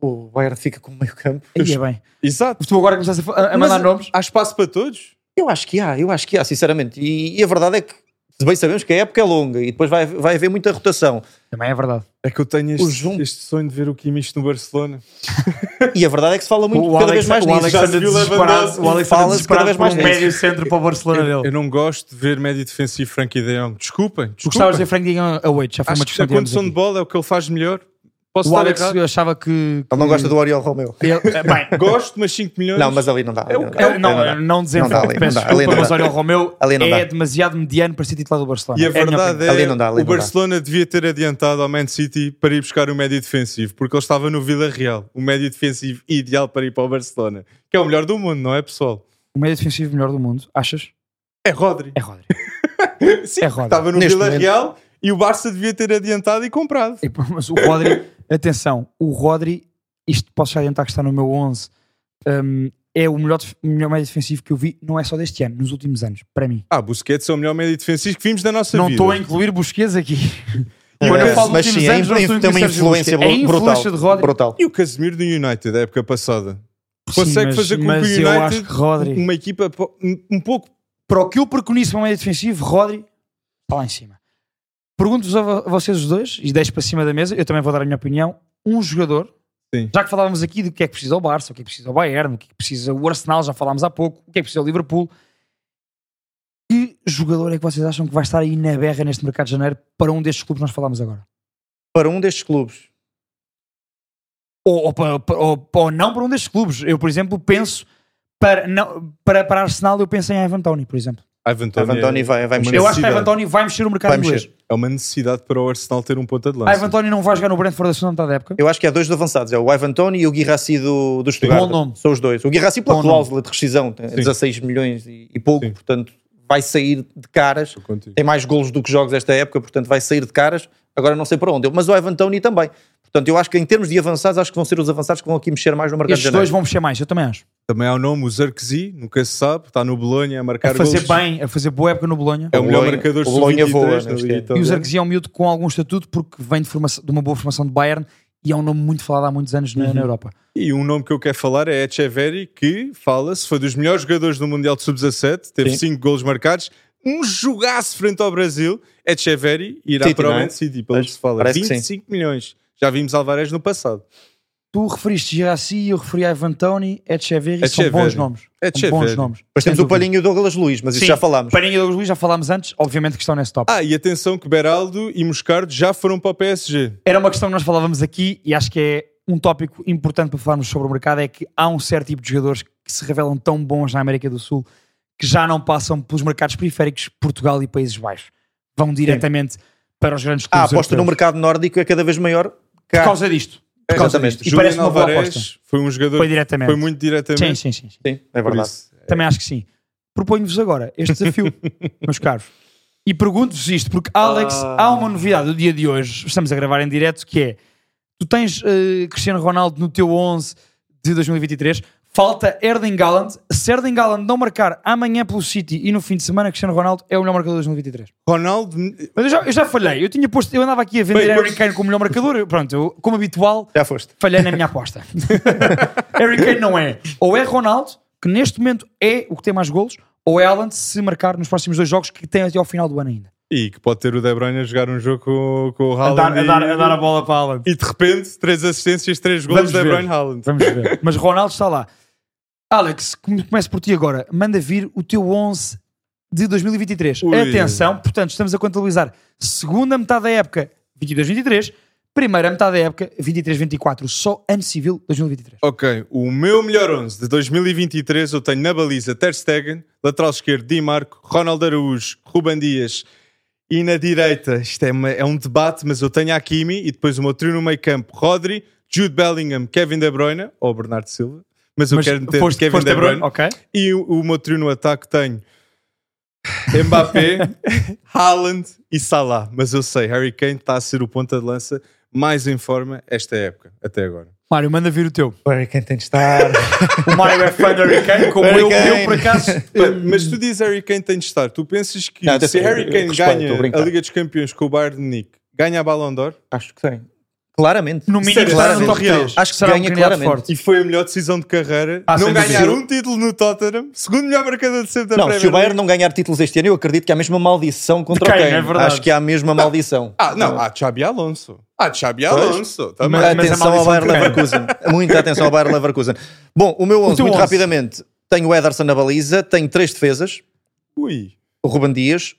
[SPEAKER 2] O Bayern fica com o meio campo.
[SPEAKER 3] Aí é bem.
[SPEAKER 1] Exato.
[SPEAKER 3] Tu agora começaste a fa- a, a É mandar
[SPEAKER 1] Mas
[SPEAKER 3] nomes.
[SPEAKER 1] Há espaço para todos?
[SPEAKER 2] Eu acho que há, eu acho que há, sinceramente. E, e a verdade é que, se bem sabemos que a época é longa e depois vai, vai haver muita rotação.
[SPEAKER 3] Também é verdade.
[SPEAKER 1] É que eu tenho
[SPEAKER 2] O
[SPEAKER 1] este,
[SPEAKER 2] João-
[SPEAKER 1] este sonho de ver o Kimmich no Barcelona.
[SPEAKER 2] E a verdade é que se fala muito
[SPEAKER 3] o
[SPEAKER 2] cada vez
[SPEAKER 3] Alex,
[SPEAKER 2] mais
[SPEAKER 3] o
[SPEAKER 2] nisso.
[SPEAKER 3] Alex
[SPEAKER 1] Já
[SPEAKER 3] anda
[SPEAKER 1] se viu
[SPEAKER 3] desesperado,
[SPEAKER 1] Lewandowski.
[SPEAKER 3] o Alex anda
[SPEAKER 2] Fala-se cada
[SPEAKER 3] desesperado
[SPEAKER 2] vez
[SPEAKER 3] por um
[SPEAKER 2] mais nisso.
[SPEAKER 3] médio centro para o Barcelona dele.
[SPEAKER 1] Eu não gosto de ver médio defensivo Frankie de Jong. Desculpem,
[SPEAKER 3] Tu gostavas de
[SPEAKER 1] desculpem.
[SPEAKER 3] ver Frank Digan a 8, já foi uma
[SPEAKER 1] Acho que
[SPEAKER 3] discussão
[SPEAKER 1] a
[SPEAKER 3] que tivemos
[SPEAKER 1] condição de
[SPEAKER 3] aqui.
[SPEAKER 1] bola é o que ele faz de melhor. Posso
[SPEAKER 3] O
[SPEAKER 1] estar
[SPEAKER 3] Alex
[SPEAKER 1] errado?
[SPEAKER 3] achava que...
[SPEAKER 2] Ele não gosta do Oriol Romeu.
[SPEAKER 3] Ele- eh, bem,
[SPEAKER 1] Gosto, mas 5 milhões.
[SPEAKER 2] Não, mas ali não dá. ali
[SPEAKER 1] É o-
[SPEAKER 2] não dá,
[SPEAKER 3] eu-
[SPEAKER 2] ali
[SPEAKER 3] não,
[SPEAKER 2] não dá.
[SPEAKER 3] não, dizendo
[SPEAKER 2] Não dá ali, não
[SPEAKER 3] peço
[SPEAKER 2] dá, ali
[SPEAKER 3] desculpa,
[SPEAKER 2] não
[SPEAKER 3] mas
[SPEAKER 2] dá.
[SPEAKER 3] olha, o Romeu
[SPEAKER 2] Ali não dá.
[SPEAKER 3] é demasiado mediano para ser titular do Barcelona.
[SPEAKER 1] E a
[SPEAKER 3] É minha
[SPEAKER 1] verdade é,
[SPEAKER 3] opinião.
[SPEAKER 2] Ali não dá, ali
[SPEAKER 1] o
[SPEAKER 2] não dá.
[SPEAKER 1] Barcelona devia ter adiantado ao Man City para ir buscar o médio defensivo, porque ele estava no Vila Real, o médio defensivo ideal para ir para o Barcelona, que é o melhor do mundo, não é, pessoal?
[SPEAKER 3] O médio defensivo melhor do mundo, achas?
[SPEAKER 1] É Rodri.
[SPEAKER 3] É Rodri.
[SPEAKER 1] Sim, porque
[SPEAKER 3] é Rodri.
[SPEAKER 1] estava no
[SPEAKER 2] Neste
[SPEAKER 1] Vila
[SPEAKER 2] momento-
[SPEAKER 1] Real e o Barça devia ter adiantado e comprado.
[SPEAKER 3] E, pô, Mas o Rodri, atenção, o Rodri, isto posso já adiantar que está no meu 11, hum, é o melhor, def- melhor médio defensivo que eu vi, não é só deste ano, nos últimos anos, para mim.
[SPEAKER 1] Ah, Busquets é o melhor médio defensivo que vimos da nossa
[SPEAKER 3] Não
[SPEAKER 1] vida.
[SPEAKER 3] estou a incluir Busquets aqui.
[SPEAKER 2] É,
[SPEAKER 3] Quando eu falo
[SPEAKER 2] mas
[SPEAKER 3] dos
[SPEAKER 2] sim,
[SPEAKER 3] últimos anos, não
[SPEAKER 2] é,
[SPEAKER 3] estou a
[SPEAKER 2] tem uma
[SPEAKER 3] incluir Sérgio
[SPEAKER 2] influência
[SPEAKER 3] Busquets. É a
[SPEAKER 2] brutal.
[SPEAKER 3] influência de Rodri.
[SPEAKER 2] brutal.
[SPEAKER 1] E o Casemiro do United, da época passada? Consegue
[SPEAKER 3] Sim, mas-
[SPEAKER 1] fazer com que o
[SPEAKER 3] mas eu
[SPEAKER 1] United-
[SPEAKER 3] acho que Rodri...
[SPEAKER 1] Uma equipa po- um um pouco.
[SPEAKER 3] para o que eu preconizo para o meio defensivo, Rodri está lá em cima. Pergunto-vos a vo- a vocês os dois, e deixo para cima da mesa, eu também vou dar a minha opinião. Um jogador,
[SPEAKER 1] Sim.
[SPEAKER 3] já que falávamos aqui do que é que precisa o Barça, o que é que precisa o Bayern, o que é que precisa o Arsenal, já falámos há pouco, o que é que precisa o Liverpool. Que jogador é que vocês acham que vai estar aí na berra neste mercado de janeiro para um destes clubes que nós falámos agora?
[SPEAKER 2] Para um destes clubes.
[SPEAKER 3] Ou, ou para- para- ou- ou não para um destes clubes. Eu, por exemplo, penso para, não, para, para Arsenal, eu penso em Ivan Tony, por exemplo.
[SPEAKER 1] Ivan Toney
[SPEAKER 2] Ivan Tony vai, vai
[SPEAKER 1] é uma
[SPEAKER 2] mexer.
[SPEAKER 3] Eu acho que Ivan
[SPEAKER 1] necessidade.
[SPEAKER 3] Tony vai mexer o mercado
[SPEAKER 2] É Vai
[SPEAKER 3] inglês.
[SPEAKER 2] mexer.
[SPEAKER 1] É uma necessidade para o Arsenal ter um ponta de lança.
[SPEAKER 3] Ivan Tony não vai jogar no Brentford da segunda metade da época.
[SPEAKER 2] Eu acho que há dois avançados, é o Ivan Tony e o Guirassi do, do Stuttgart.
[SPEAKER 3] Bom nome.
[SPEAKER 2] São os dois. O Guirassi pela
[SPEAKER 3] Bom
[SPEAKER 2] cláusula de rescisão, tem 16 milhões e, e pouco,
[SPEAKER 1] Sim.
[SPEAKER 2] portanto vai sair de caras.
[SPEAKER 1] Contigo.
[SPEAKER 2] Tem mais golos do que jogos esta época, portanto vai sair de caras. Agora não sei para onde. Mas o Ivan Tony também. Portanto, eu acho que em termos de avançados, acho que vão ser os avançados que vão aqui mexer mais no mercado de
[SPEAKER 3] Estes
[SPEAKER 2] janeiro.
[SPEAKER 3] dois vão mexer mais, eu também acho.
[SPEAKER 1] Também há o nome, o Zarkzi, nunca se sabe, está no Bolonha a
[SPEAKER 3] A
[SPEAKER 1] marcar
[SPEAKER 3] fazer
[SPEAKER 1] golos.
[SPEAKER 3] bem, a fazer boa época no Bolonha.
[SPEAKER 1] É o melhor
[SPEAKER 2] Bolonha-
[SPEAKER 1] marcador
[SPEAKER 2] o Bolonha
[SPEAKER 1] sub-23
[SPEAKER 2] voa
[SPEAKER 1] na
[SPEAKER 2] neste
[SPEAKER 1] Liga
[SPEAKER 2] ano.
[SPEAKER 1] Italiana.
[SPEAKER 3] E o Zarquezi é um miúdo com algum estatuto porque vem de, formação- de uma boa formação de Bayern e é um nome muito falado há muitos anos na,
[SPEAKER 2] Uhum.
[SPEAKER 3] na Europa.
[SPEAKER 1] E um nome que eu quero falar é Echeverri, que fala-se, foi dos melhores jogadores do Mundial de Sub-17, teve
[SPEAKER 2] Sim.
[SPEAKER 1] 5 golos marcados, um jogaço frente ao Brasil. Echeverri irá
[SPEAKER 2] City,
[SPEAKER 1] para o
[SPEAKER 2] não é?
[SPEAKER 1] Man City, pelo que se fala.
[SPEAKER 2] parece que sim.
[SPEAKER 1] 25 milhões. Já vimos Alvarez no passado.
[SPEAKER 3] Tu referiste Girassi, eu referi a Ivan Tony, Echeverri, são
[SPEAKER 1] Echeverri.
[SPEAKER 3] bons nomes. São
[SPEAKER 1] Echeverri.
[SPEAKER 3] bons nomes.
[SPEAKER 2] Depois temos
[SPEAKER 3] sem
[SPEAKER 2] o Palhinho e o Douglas Luiz, mas isso
[SPEAKER 3] Sim,
[SPEAKER 2] já falámos.
[SPEAKER 3] Palhinha e Douglas Luiz já falámos antes, obviamente que estão nesse top.
[SPEAKER 1] Ah, e atenção que Beraldo e Moscardo já foram para o PSG.
[SPEAKER 3] Era uma questão que nós falávamos aqui e acho que é um tópico importante para falarmos sobre o mercado, é que há um certo tipo de jogadores que se revelam tão bons na América do Sul que já não passam pelos mercados periféricos Portugal e Países Baixos. Vão diretamente para os grandes
[SPEAKER 2] A
[SPEAKER 3] clubes
[SPEAKER 2] Ah, aposta no
[SPEAKER 3] europeus.
[SPEAKER 2] mercado nórdico é cada vez maior.
[SPEAKER 3] Por
[SPEAKER 2] Cá.
[SPEAKER 3] causa disto. Por causa
[SPEAKER 2] Exatamente.
[SPEAKER 3] disto. E parece uma boa aposta.
[SPEAKER 1] Alvarez foi um jogador
[SPEAKER 3] Foi
[SPEAKER 1] foi,
[SPEAKER 3] diretamente.
[SPEAKER 1] muito
[SPEAKER 3] Sim,
[SPEAKER 1] diretamente.
[SPEAKER 3] sim, sim. sim.
[SPEAKER 2] Sim, é
[SPEAKER 1] por
[SPEAKER 2] verdade.
[SPEAKER 1] isso.
[SPEAKER 3] Também acho que sim. Proponho-vos agora este desafio, meus caros. E pergunto-vos isto, porque Alex,
[SPEAKER 2] Ah.
[SPEAKER 3] há uma novidade do dia de hoje, estamos a gravar em direto, que é, tu tens eh, Cristiano Ronaldo no teu 11 de 2023, falta Erling Haaland, se Erling Haaland não marcar amanhã pelo City e no fim de semana, Cristiano Ronaldo é o melhor marcador de 2023.
[SPEAKER 1] Ronaldo,
[SPEAKER 3] Mas eu já, eu já falhei, eu tinha posto, eu andava aqui a vender
[SPEAKER 1] Bem,
[SPEAKER 3] Harry
[SPEAKER 1] pois-
[SPEAKER 3] Kane como melhor marcador, eu- pronto, eu, como habitual,
[SPEAKER 2] Já foste.
[SPEAKER 3] falhei na minha aposta. Harry Kane não é. Ou é Ronaldo, que neste momento é o que tem mais golos, ou é Alan se marcar nos próximos dois jogos que tem até ao final do ano ainda.
[SPEAKER 1] e que pode ter o De Bruyne a jogar um jogo com, com o Haaland e-
[SPEAKER 3] bola para Alan.
[SPEAKER 1] e de repente, três assistências, três gols
[SPEAKER 3] Vamos
[SPEAKER 1] de
[SPEAKER 3] ver.
[SPEAKER 1] Brian Haaland.
[SPEAKER 3] Vamos ver. Mas Ronaldo está lá. Alex, come- começo por ti agora. Manda vir o teu 11 de 2023.
[SPEAKER 1] Ui.
[SPEAKER 3] Atenção, portanto, estamos a contabilizar segunda metade da época, 22-23, primeira metade da época, 23-24, só ano civil 2023.
[SPEAKER 1] Ok, o meu melhor 11 de 2023 eu tenho na baliza Ter Stegen, lateral esquerdo Di Marco, Ronaldo Araújo, Ruban Dias e na direita, isto é, uma- é um debate, mas eu tenho Hakimi e depois o meu trio no meio campo, Rodri, Jude Bellingham, Kevin De Bruyne ou Bernardo Silva, mas eu quero meter
[SPEAKER 3] foste-
[SPEAKER 1] Kevin
[SPEAKER 3] foste
[SPEAKER 1] De
[SPEAKER 3] a
[SPEAKER 1] Bruyne.
[SPEAKER 3] Ok.
[SPEAKER 1] E o, o meu trio no ataque tenho Mbappé, Haaland e Salah, mas eu sei, Harry Kane está a ser o ponta de lança mais em forma esta época, até agora.
[SPEAKER 3] Mário, manda vir o teu.
[SPEAKER 2] O Hurricane tem de estar.
[SPEAKER 3] O Mário é fã de Hurricane, como
[SPEAKER 2] Harry
[SPEAKER 3] eu,
[SPEAKER 2] Kane.
[SPEAKER 3] eu, por acaso.
[SPEAKER 1] Pá, Mas tu dizes Harry Kane tem de estar. Tu pensas que
[SPEAKER 2] Não, atenção,
[SPEAKER 1] se Harry
[SPEAKER 2] eu- eu
[SPEAKER 1] Kane
[SPEAKER 2] respeito, estou a
[SPEAKER 1] ganha
[SPEAKER 2] brincar.
[SPEAKER 1] a Liga dos Campeões com o Bayern de Nick, ganha a Ballon d'Or
[SPEAKER 2] Acho que tem. é Claramente.
[SPEAKER 3] No mínimo,
[SPEAKER 1] será
[SPEAKER 3] está no
[SPEAKER 1] um
[SPEAKER 3] top
[SPEAKER 1] real.
[SPEAKER 3] 3.
[SPEAKER 2] Acho que ganha claramente.
[SPEAKER 1] e foi a melhor decisão de carreira.
[SPEAKER 3] Ah,
[SPEAKER 1] não
[SPEAKER 3] sem
[SPEAKER 1] ganhar
[SPEAKER 3] dúvida.
[SPEAKER 1] um título no Tottenham, segundo melhor marcador de sempre da
[SPEAKER 2] Não,
[SPEAKER 1] Premier
[SPEAKER 2] se o Bayern
[SPEAKER 1] League.
[SPEAKER 2] não ganhar títulos este ano, eu acredito que há a mesma maldição contra
[SPEAKER 3] De
[SPEAKER 2] o
[SPEAKER 3] quem?
[SPEAKER 2] Kane.
[SPEAKER 3] É verdade.
[SPEAKER 2] Acho que há a mesma maldição.
[SPEAKER 1] Ah, não, há Xabi Alonso. Há Xabi Alonso. Também.
[SPEAKER 3] Mas- mas a
[SPEAKER 2] atenção ao
[SPEAKER 3] maldição
[SPEAKER 2] Bayern
[SPEAKER 3] de quem?
[SPEAKER 2] Leverkusen. Muita atenção ao Bayern Leverkusen. Bom, o meu 11,
[SPEAKER 3] teu
[SPEAKER 2] muito
[SPEAKER 3] 11.
[SPEAKER 2] rapidamente. Tenho o Ederson na baliza, tenho três defesas,
[SPEAKER 1] Ui.
[SPEAKER 2] o Ruben Dias,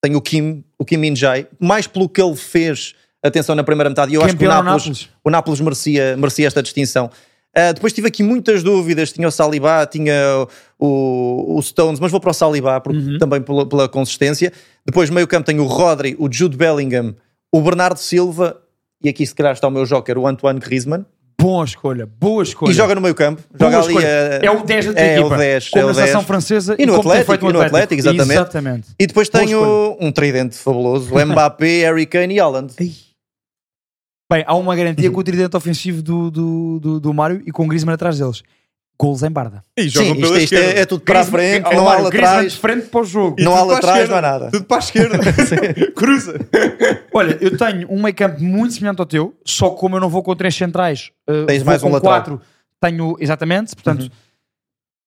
[SPEAKER 2] tenho o Kim, o Kim Min-jae, mais pelo que ele fez, atenção, na primeira metade, e eu acho que o
[SPEAKER 3] Campeão ao
[SPEAKER 2] Nápoles,
[SPEAKER 3] Nápoles.
[SPEAKER 2] o Nápoles merecia, merecia esta distinção. Ah, depois tive aqui muitas dúvidas, tinha o Salibá, tinha o, o Stones, mas vou para o Salibá, porque-
[SPEAKER 3] Uhum.
[SPEAKER 2] também pela, pela consistência. Depois meio campo tenho o Rodri, o Jude Bellingham, o Bernardo Silva, e aqui se calhar está o meu joker, o Antoine Griezmann,
[SPEAKER 3] Boa escolha, boa escolha.
[SPEAKER 2] e joga no meio campo,
[SPEAKER 3] é. Boa
[SPEAKER 2] joga ali
[SPEAKER 3] escolha.
[SPEAKER 2] a-
[SPEAKER 3] É o 10 da tua
[SPEAKER 2] é o
[SPEAKER 3] equipa.
[SPEAKER 2] 10,
[SPEAKER 3] Como
[SPEAKER 2] é o
[SPEAKER 3] na seleção
[SPEAKER 2] 10.
[SPEAKER 3] francesa
[SPEAKER 2] E no
[SPEAKER 3] como tem
[SPEAKER 2] Atlético,
[SPEAKER 3] feito
[SPEAKER 2] e
[SPEAKER 3] o
[SPEAKER 2] no Atlético, exatamente.
[SPEAKER 3] Exatamente.
[SPEAKER 2] E depois
[SPEAKER 3] Boa
[SPEAKER 2] tenho um tridente fabuloso, o Mbappé, Harry Kane e Haaland.
[SPEAKER 3] Ai. Bem, há uma garantia com o tridente ofensivo do, do, do, do Mário e com o Griezmann atrás deles. Gols em barda.
[SPEAKER 1] E
[SPEAKER 2] Sim,
[SPEAKER 1] jogam
[SPEAKER 2] isto,
[SPEAKER 1] pela
[SPEAKER 2] isto é,
[SPEAKER 1] esquerda.
[SPEAKER 2] é tudo para a frente, não há lá atrás.
[SPEAKER 3] de frente para o jogo.
[SPEAKER 1] E
[SPEAKER 2] não há
[SPEAKER 1] tudo
[SPEAKER 2] lá
[SPEAKER 1] para a
[SPEAKER 2] atrás,
[SPEAKER 1] esquerda.
[SPEAKER 2] não há nada.
[SPEAKER 1] Tudo para a esquerda. Cruza.
[SPEAKER 3] Olha, eu tenho um meio campo muito semelhante ao teu, só que como eu não vou com três centrais, uh,
[SPEAKER 2] Tens
[SPEAKER 3] vou
[SPEAKER 2] mais
[SPEAKER 3] com
[SPEAKER 2] um lateral. Uhum.
[SPEAKER 3] quatro. Tenho, exatamente, portanto.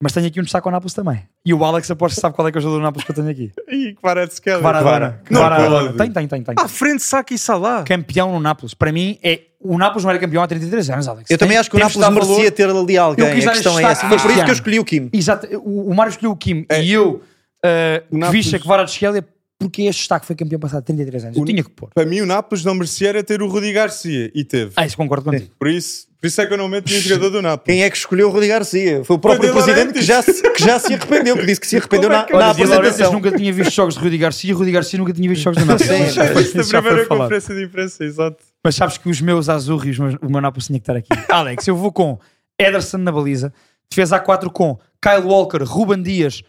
[SPEAKER 3] Mas tenho aqui um destaque ao Nápoles também. E o Alex aposto que sabe qual é que é o jogador do Nápoles que eu tenho aqui.
[SPEAKER 1] Ih, que parece que é.
[SPEAKER 3] Varadona.
[SPEAKER 1] Não
[SPEAKER 3] Varadona.
[SPEAKER 1] pode.
[SPEAKER 3] Tem, tem, tem,
[SPEAKER 2] Ah,
[SPEAKER 3] tem.
[SPEAKER 1] À Ah, frente, Saki e Salah.
[SPEAKER 3] Campeão no Nápoles. Para mim, é... o Nápoles não era campeão há 33 anos, Alex.
[SPEAKER 2] Eu também acho que o
[SPEAKER 3] Temos
[SPEAKER 2] Nápoles
[SPEAKER 3] de dar valor.
[SPEAKER 2] merecia ter ali alguém.
[SPEAKER 3] Eu quis
[SPEAKER 2] A
[SPEAKER 3] dar
[SPEAKER 2] questão é
[SPEAKER 3] este
[SPEAKER 2] essa. Foi por
[SPEAKER 3] destaque
[SPEAKER 2] isso que eu
[SPEAKER 3] este
[SPEAKER 2] escolhi o Kim. É.
[SPEAKER 3] Exato, o, o Mário escolheu o Kim e eu, uh,
[SPEAKER 1] Nápoles-
[SPEAKER 3] Vishak Varadskhelia, porque este destaque foi campeão passado há 33 anos.
[SPEAKER 1] O-
[SPEAKER 3] Eu tinha que pôr.
[SPEAKER 1] Para mim, o Nápoles não merecia era ter o Rudi Garcia e teve.
[SPEAKER 3] Ah, isso concordo contigo.
[SPEAKER 1] Por isso, por isso é que eu não meto nenhum jogador do Nápoles.
[SPEAKER 2] Quem é que escolheu o Rui Garcia? Foi o próprio
[SPEAKER 1] Foi De
[SPEAKER 2] presidente que
[SPEAKER 1] Laurentiis.
[SPEAKER 2] já, se, que já se arrependeu, que disse que se arrependeu
[SPEAKER 1] Como é
[SPEAKER 2] na,
[SPEAKER 1] que-
[SPEAKER 2] na
[SPEAKER 3] Olha, Di Laurentiis
[SPEAKER 2] apresentação.
[SPEAKER 3] nunca tinha visto jogos de Rudi Garcia e Rudi Garcia nunca tinha visto jogos de Nápoles.
[SPEAKER 2] um- Sim,
[SPEAKER 3] Mas
[SPEAKER 2] sim.
[SPEAKER 3] isso
[SPEAKER 1] Esta
[SPEAKER 3] já foi
[SPEAKER 1] primeira
[SPEAKER 3] falado.
[SPEAKER 1] conferência de imprensa, exato.
[SPEAKER 3] Mas sabes que os meus azurris, o meu Nápoles tinha que estar aqui. Alex, eu vou com Ederson na baliza, defesa A4 com Kyle Walker, Ruben Dias,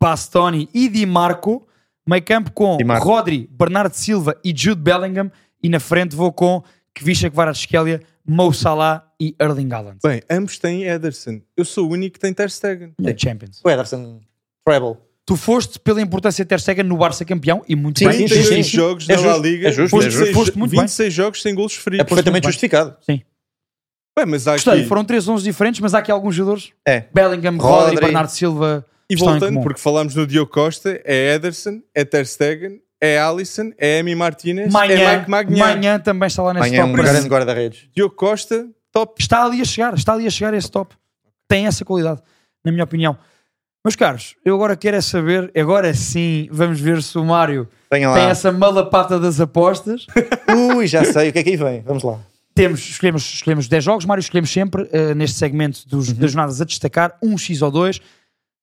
[SPEAKER 3] Bastoni e Di Marco, meio campo com
[SPEAKER 2] Di Marco.
[SPEAKER 3] Rodri, Bernardo Silva e Jude Bellingham e na frente vou com Kvishak Kvaratskhelia, Mo Salah e Erling Haaland.
[SPEAKER 1] Bem, ambos têm Ederson. Eu sou o único que tem Ter Stegen.
[SPEAKER 3] Na Champions.
[SPEAKER 2] O Ederson, treble. É
[SPEAKER 3] Tu foste pela importância de Ter Stegen no Barça campeão e muito
[SPEAKER 2] Sim,
[SPEAKER 3] bem.
[SPEAKER 2] sim, sim,
[SPEAKER 1] 36
[SPEAKER 2] sim.
[SPEAKER 1] jogos
[SPEAKER 2] É
[SPEAKER 1] na La
[SPEAKER 2] justo,
[SPEAKER 1] Liga,
[SPEAKER 2] é justo,
[SPEAKER 1] foste
[SPEAKER 2] é justo.
[SPEAKER 1] seis-
[SPEAKER 3] Foste muito bem.
[SPEAKER 1] 26 jogos sem golos
[SPEAKER 2] É
[SPEAKER 1] feridos.
[SPEAKER 2] perfeitamente
[SPEAKER 3] bem.
[SPEAKER 2] justificado.
[SPEAKER 1] Bem, mas há aqui,
[SPEAKER 3] Gostei, foram três 11 diferentes, mas há aqui alguns jogadores.
[SPEAKER 2] É.
[SPEAKER 3] Bellingham, Rodri,
[SPEAKER 2] Rodri.
[SPEAKER 3] Bernardo Silva.
[SPEAKER 1] e
[SPEAKER 3] estão em
[SPEAKER 1] voltando,
[SPEAKER 3] comum.
[SPEAKER 1] porque falámos do Diogo Costa, é Ederson, é Ter Stegen, é Alisson, é Emi Martinez, é
[SPEAKER 3] Manhã,
[SPEAKER 1] Mike Magnan.
[SPEAKER 3] manhã também está lá nesse
[SPEAKER 2] Amanhã é um
[SPEAKER 3] top.
[SPEAKER 2] grande guarda-redes.
[SPEAKER 1] Diogo Costa, top.
[SPEAKER 3] Está ali a chegar, está ali a chegar a esse top. Tem essa qualidade, na minha opinião. Meus caros, eu agora quero é saber, agora sim, vamos ver se o Mário
[SPEAKER 2] Venha
[SPEAKER 3] tem
[SPEAKER 2] lá.
[SPEAKER 3] essa malapata das apostas.
[SPEAKER 2] Ui, já sei o que é que aí vem. Vamos lá.
[SPEAKER 3] Temos, escolhemos, escolhemos 10 jogos, Mário, escolhemos sempre eh, neste segmento dos, das jornadas a destacar, um X ou dois.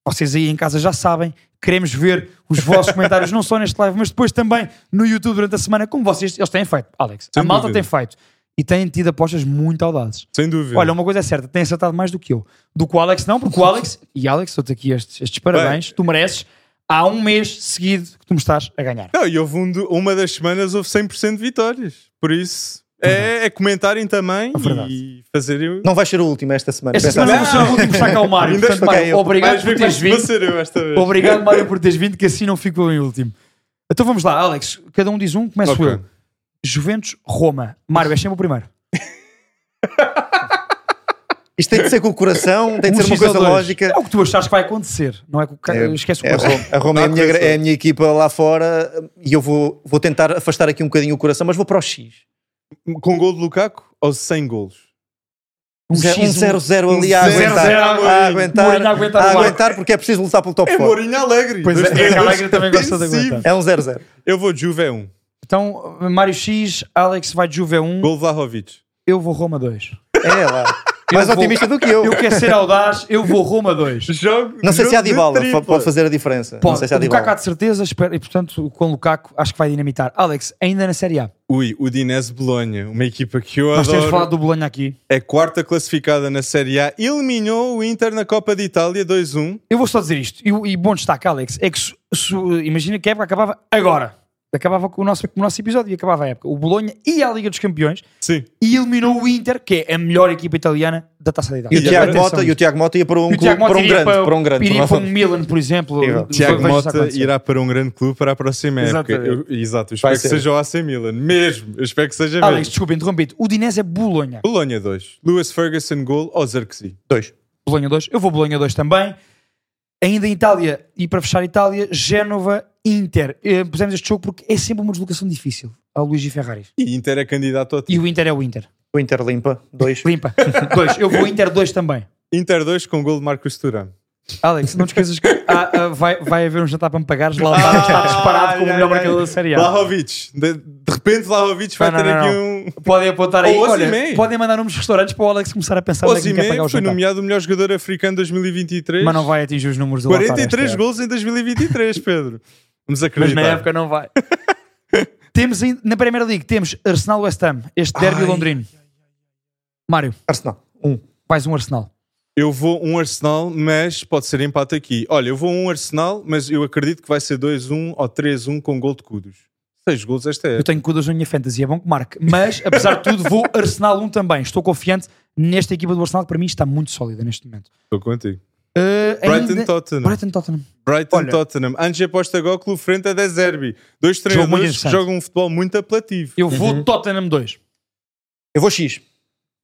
[SPEAKER 3] Vocês aí em casa já sabem, queremos ver os vossos comentários, não só neste live, mas depois também no YouTube durante a semana, como vocês eles têm feito, Alex.
[SPEAKER 1] Sem
[SPEAKER 3] a malta
[SPEAKER 1] dúvida.
[SPEAKER 3] tem feito. E têm tido apostas muito audazes.
[SPEAKER 1] Sem dúvida.
[SPEAKER 2] um-
[SPEAKER 3] Olha, uma coisa é certa, tem acertado mais do que eu. Do que o Alex não, porque o Alex, e Alex, dou-te aqui estes, estes parabéns, tu mereces, há um mês seguido que tu me estás a ganhar.
[SPEAKER 1] Não, e houve um do- uma das semanas houve 100% de vitórias. Por isso,
[SPEAKER 2] Uhum.
[SPEAKER 1] é, é comentarem também
[SPEAKER 2] É
[SPEAKER 3] Verdade.
[SPEAKER 1] e fazerem...
[SPEAKER 2] Não vai ser o último esta semana.
[SPEAKER 3] Esta
[SPEAKER 2] Pensa
[SPEAKER 3] semana
[SPEAKER 2] assim.
[SPEAKER 3] vou ser o último saco ao Mário.
[SPEAKER 2] Ainda
[SPEAKER 3] Portanto,
[SPEAKER 2] estou
[SPEAKER 3] Mário,
[SPEAKER 2] cá eu.
[SPEAKER 3] obrigado
[SPEAKER 1] Vais
[SPEAKER 3] por
[SPEAKER 1] ver como é
[SPEAKER 3] teres
[SPEAKER 1] que vou
[SPEAKER 3] vindo.
[SPEAKER 1] ser eu esta vez.
[SPEAKER 3] Obrigado, Mário, por teres vindo, que assim não fico eu em último. Então vamos lá, Alex, cada um diz um, começo
[SPEAKER 1] Ok.
[SPEAKER 3] eu. Juventus, Roma. Mário, és sempre o primeiro.
[SPEAKER 2] Isto tem de ser com o coração, tem de
[SPEAKER 3] Um
[SPEAKER 2] ser uma
[SPEAKER 3] X
[SPEAKER 2] coisa
[SPEAKER 3] ou dois.
[SPEAKER 2] lógica.
[SPEAKER 3] É o que tu achas que vai acontecer, não é? que o cara- Esquece o
[SPEAKER 2] É, a
[SPEAKER 3] coração.
[SPEAKER 2] Roma, a Roma é, a minha, gra- é a minha equipa lá fora e eu vou, vou tentar afastar aqui um bocadinho o coração, mas vou para o X.
[SPEAKER 1] Com gol de Lukaku ou sem golos?
[SPEAKER 3] Um
[SPEAKER 2] Um 0-0 ali a
[SPEAKER 1] um zero,
[SPEAKER 2] aguentar.
[SPEAKER 1] zero,
[SPEAKER 2] A aguentar,
[SPEAKER 3] Mourinho a aguentar
[SPEAKER 2] a
[SPEAKER 3] o ar.
[SPEAKER 2] aguentar porque é preciso lutar pelo top
[SPEAKER 1] É
[SPEAKER 2] 4.
[SPEAKER 1] Mourinho Alegre.
[SPEAKER 3] Pois
[SPEAKER 1] Dois
[SPEAKER 3] é, é que a
[SPEAKER 1] jogadores
[SPEAKER 3] Alegre também gosta de
[SPEAKER 1] defensivos.
[SPEAKER 3] aguentar.
[SPEAKER 2] É um 0-0.
[SPEAKER 1] Eu vou de Juve é 1.
[SPEAKER 3] Então, Mário X, Alex vai de Juve 1,
[SPEAKER 1] Gol de Vlahovic.
[SPEAKER 3] eu vou Roma 2.
[SPEAKER 2] É lá. Mais
[SPEAKER 3] vou-
[SPEAKER 2] otimista do que eu.
[SPEAKER 3] Eu quero ser audaz, eu vou Roma 2.
[SPEAKER 1] Jogo,
[SPEAKER 2] Não sei se há
[SPEAKER 1] jogo de
[SPEAKER 2] Dybala,
[SPEAKER 1] tripla.
[SPEAKER 2] fa- pode fazer a diferença. não sei se é há
[SPEAKER 3] o Lukaku há
[SPEAKER 2] Dybala.
[SPEAKER 3] de certeza, espero, e portanto, com o Lukaku acho que vai dinamitar. Alex, ainda na Série A.
[SPEAKER 1] Ui, o Dinese Bolonha, uma equipa que eu
[SPEAKER 3] Nós temos
[SPEAKER 1] adoro,
[SPEAKER 3] falado do Bolonha aqui.
[SPEAKER 1] é quarta classificada na Série A, eliminou o Inter na Copa de Itália 2-1.
[SPEAKER 3] Eu vou só dizer isto, e, e bom destaque, Alex, é que se- se- imagina que a época acabava agora. Acabava com o nosso, com o nosso episódio e acabava a época. O Bolonha ia à Liga dos Campeões
[SPEAKER 1] Sim.
[SPEAKER 3] e eliminou o Inter, que é a melhor equipa italiana da Taça da
[SPEAKER 2] E
[SPEAKER 3] Itália.
[SPEAKER 2] o Tiago Mota, e o Tiago Mota ia para um,
[SPEAKER 3] E o Tiago
[SPEAKER 2] clube-
[SPEAKER 3] Mota
[SPEAKER 2] para um
[SPEAKER 3] iria
[SPEAKER 2] grande.
[SPEAKER 3] para,
[SPEAKER 2] Para um grande.
[SPEAKER 3] iria para um
[SPEAKER 2] provavelmente.
[SPEAKER 3] Milan, por exemplo.
[SPEAKER 2] Incrível.
[SPEAKER 3] Vejo
[SPEAKER 1] Tiago
[SPEAKER 3] é isso
[SPEAKER 1] Mota
[SPEAKER 3] acontecer.
[SPEAKER 1] irá para um grande clube para a próxima época.
[SPEAKER 3] Exatamente.
[SPEAKER 1] Eu- exato, eu
[SPEAKER 2] Vai
[SPEAKER 1] espero que
[SPEAKER 2] ser.
[SPEAKER 1] seja o AC Milan, mesmo. Eu espero que seja
[SPEAKER 3] Alex,
[SPEAKER 1] mesmo.
[SPEAKER 3] desculpa, interrompido. O Dinés é Bolonha.
[SPEAKER 1] Bolonha 2, Lewis Ferguson gol ou Zerxi.
[SPEAKER 2] Dois.
[SPEAKER 3] Bolonha 2, eu vou Bolonha 2 também. Ainda em Itália, e para fechar Itália, Génova, Inter. Eh, pusemos este jogo porque é sempre uma deslocação difícil ao Luigi Ferraris.
[SPEAKER 1] E Inter é candidato ao
[SPEAKER 3] E
[SPEAKER 1] título.
[SPEAKER 3] o Inter é o Inter.
[SPEAKER 2] O Inter limpa. Dois.
[SPEAKER 3] Limpa. dois. Eu vou Inter 2 também.
[SPEAKER 1] Inter 2 com gol de Marcos Turam.
[SPEAKER 3] Alex, não te esqueças que ah, ah, vai, vai haver um jantar para me pagares. Lá
[SPEAKER 1] Ah,
[SPEAKER 3] está disparado como o melhor marcador da Série A.
[SPEAKER 1] Vlahovic, de, de repente Vlahovic vai
[SPEAKER 3] Não, não,
[SPEAKER 1] ter
[SPEAKER 3] não,
[SPEAKER 1] aqui
[SPEAKER 3] não.
[SPEAKER 1] um...
[SPEAKER 3] Podem apontar aí.
[SPEAKER 1] Ou
[SPEAKER 3] olha,
[SPEAKER 1] Osimhen.
[SPEAKER 3] podem mandar nomes de restaurantes para o Alex começar a pensar onde é que me quer pagar
[SPEAKER 1] Osimhen
[SPEAKER 3] o
[SPEAKER 1] foi
[SPEAKER 3] jantar.
[SPEAKER 1] nomeado o melhor jogador africano 2023.
[SPEAKER 3] Mas não vai atingir os números do Lautaro esta
[SPEAKER 1] 43
[SPEAKER 3] época.
[SPEAKER 1] gols em 2023, Pedro. Vamos
[SPEAKER 3] é. Mas
[SPEAKER 1] acreditar.
[SPEAKER 3] na época não vai. temos ainda- na Primeira League temos Arsenal West Ham, este derby
[SPEAKER 1] Ai.
[SPEAKER 3] londrino. Mário,
[SPEAKER 2] Arsenal. Um.
[SPEAKER 3] vais um Arsenal.
[SPEAKER 1] Eu vou um Arsenal, mas pode ser empate aqui. Olha, eu vou um Arsenal, mas eu acredito que vai ser 2-1 ou 3-1 com gol de Kudos. 6 gols esta
[SPEAKER 3] Eu
[SPEAKER 1] época.
[SPEAKER 3] tenho cuidados na minha fantasia, é bom que marque. Mas, apesar de tudo, vou Arsenal 1 também. Estou confiante nesta equipa do Arsenal, que para mim está muito sólida neste momento.
[SPEAKER 1] Estou contigo.
[SPEAKER 3] Uh,
[SPEAKER 1] Brighton
[SPEAKER 3] ainda-
[SPEAKER 1] Tottenham.
[SPEAKER 3] Brighton Tottenham.
[SPEAKER 1] Brighton
[SPEAKER 3] Olha.
[SPEAKER 1] Tottenham. Ange Postacoglu frente a Deserbi. Dois
[SPEAKER 3] muito
[SPEAKER 1] treinadores que
[SPEAKER 3] interessante.
[SPEAKER 1] jogam um futebol muito apelativo.
[SPEAKER 3] Eu vou Tottenham Um 2.
[SPEAKER 2] Eu vou X.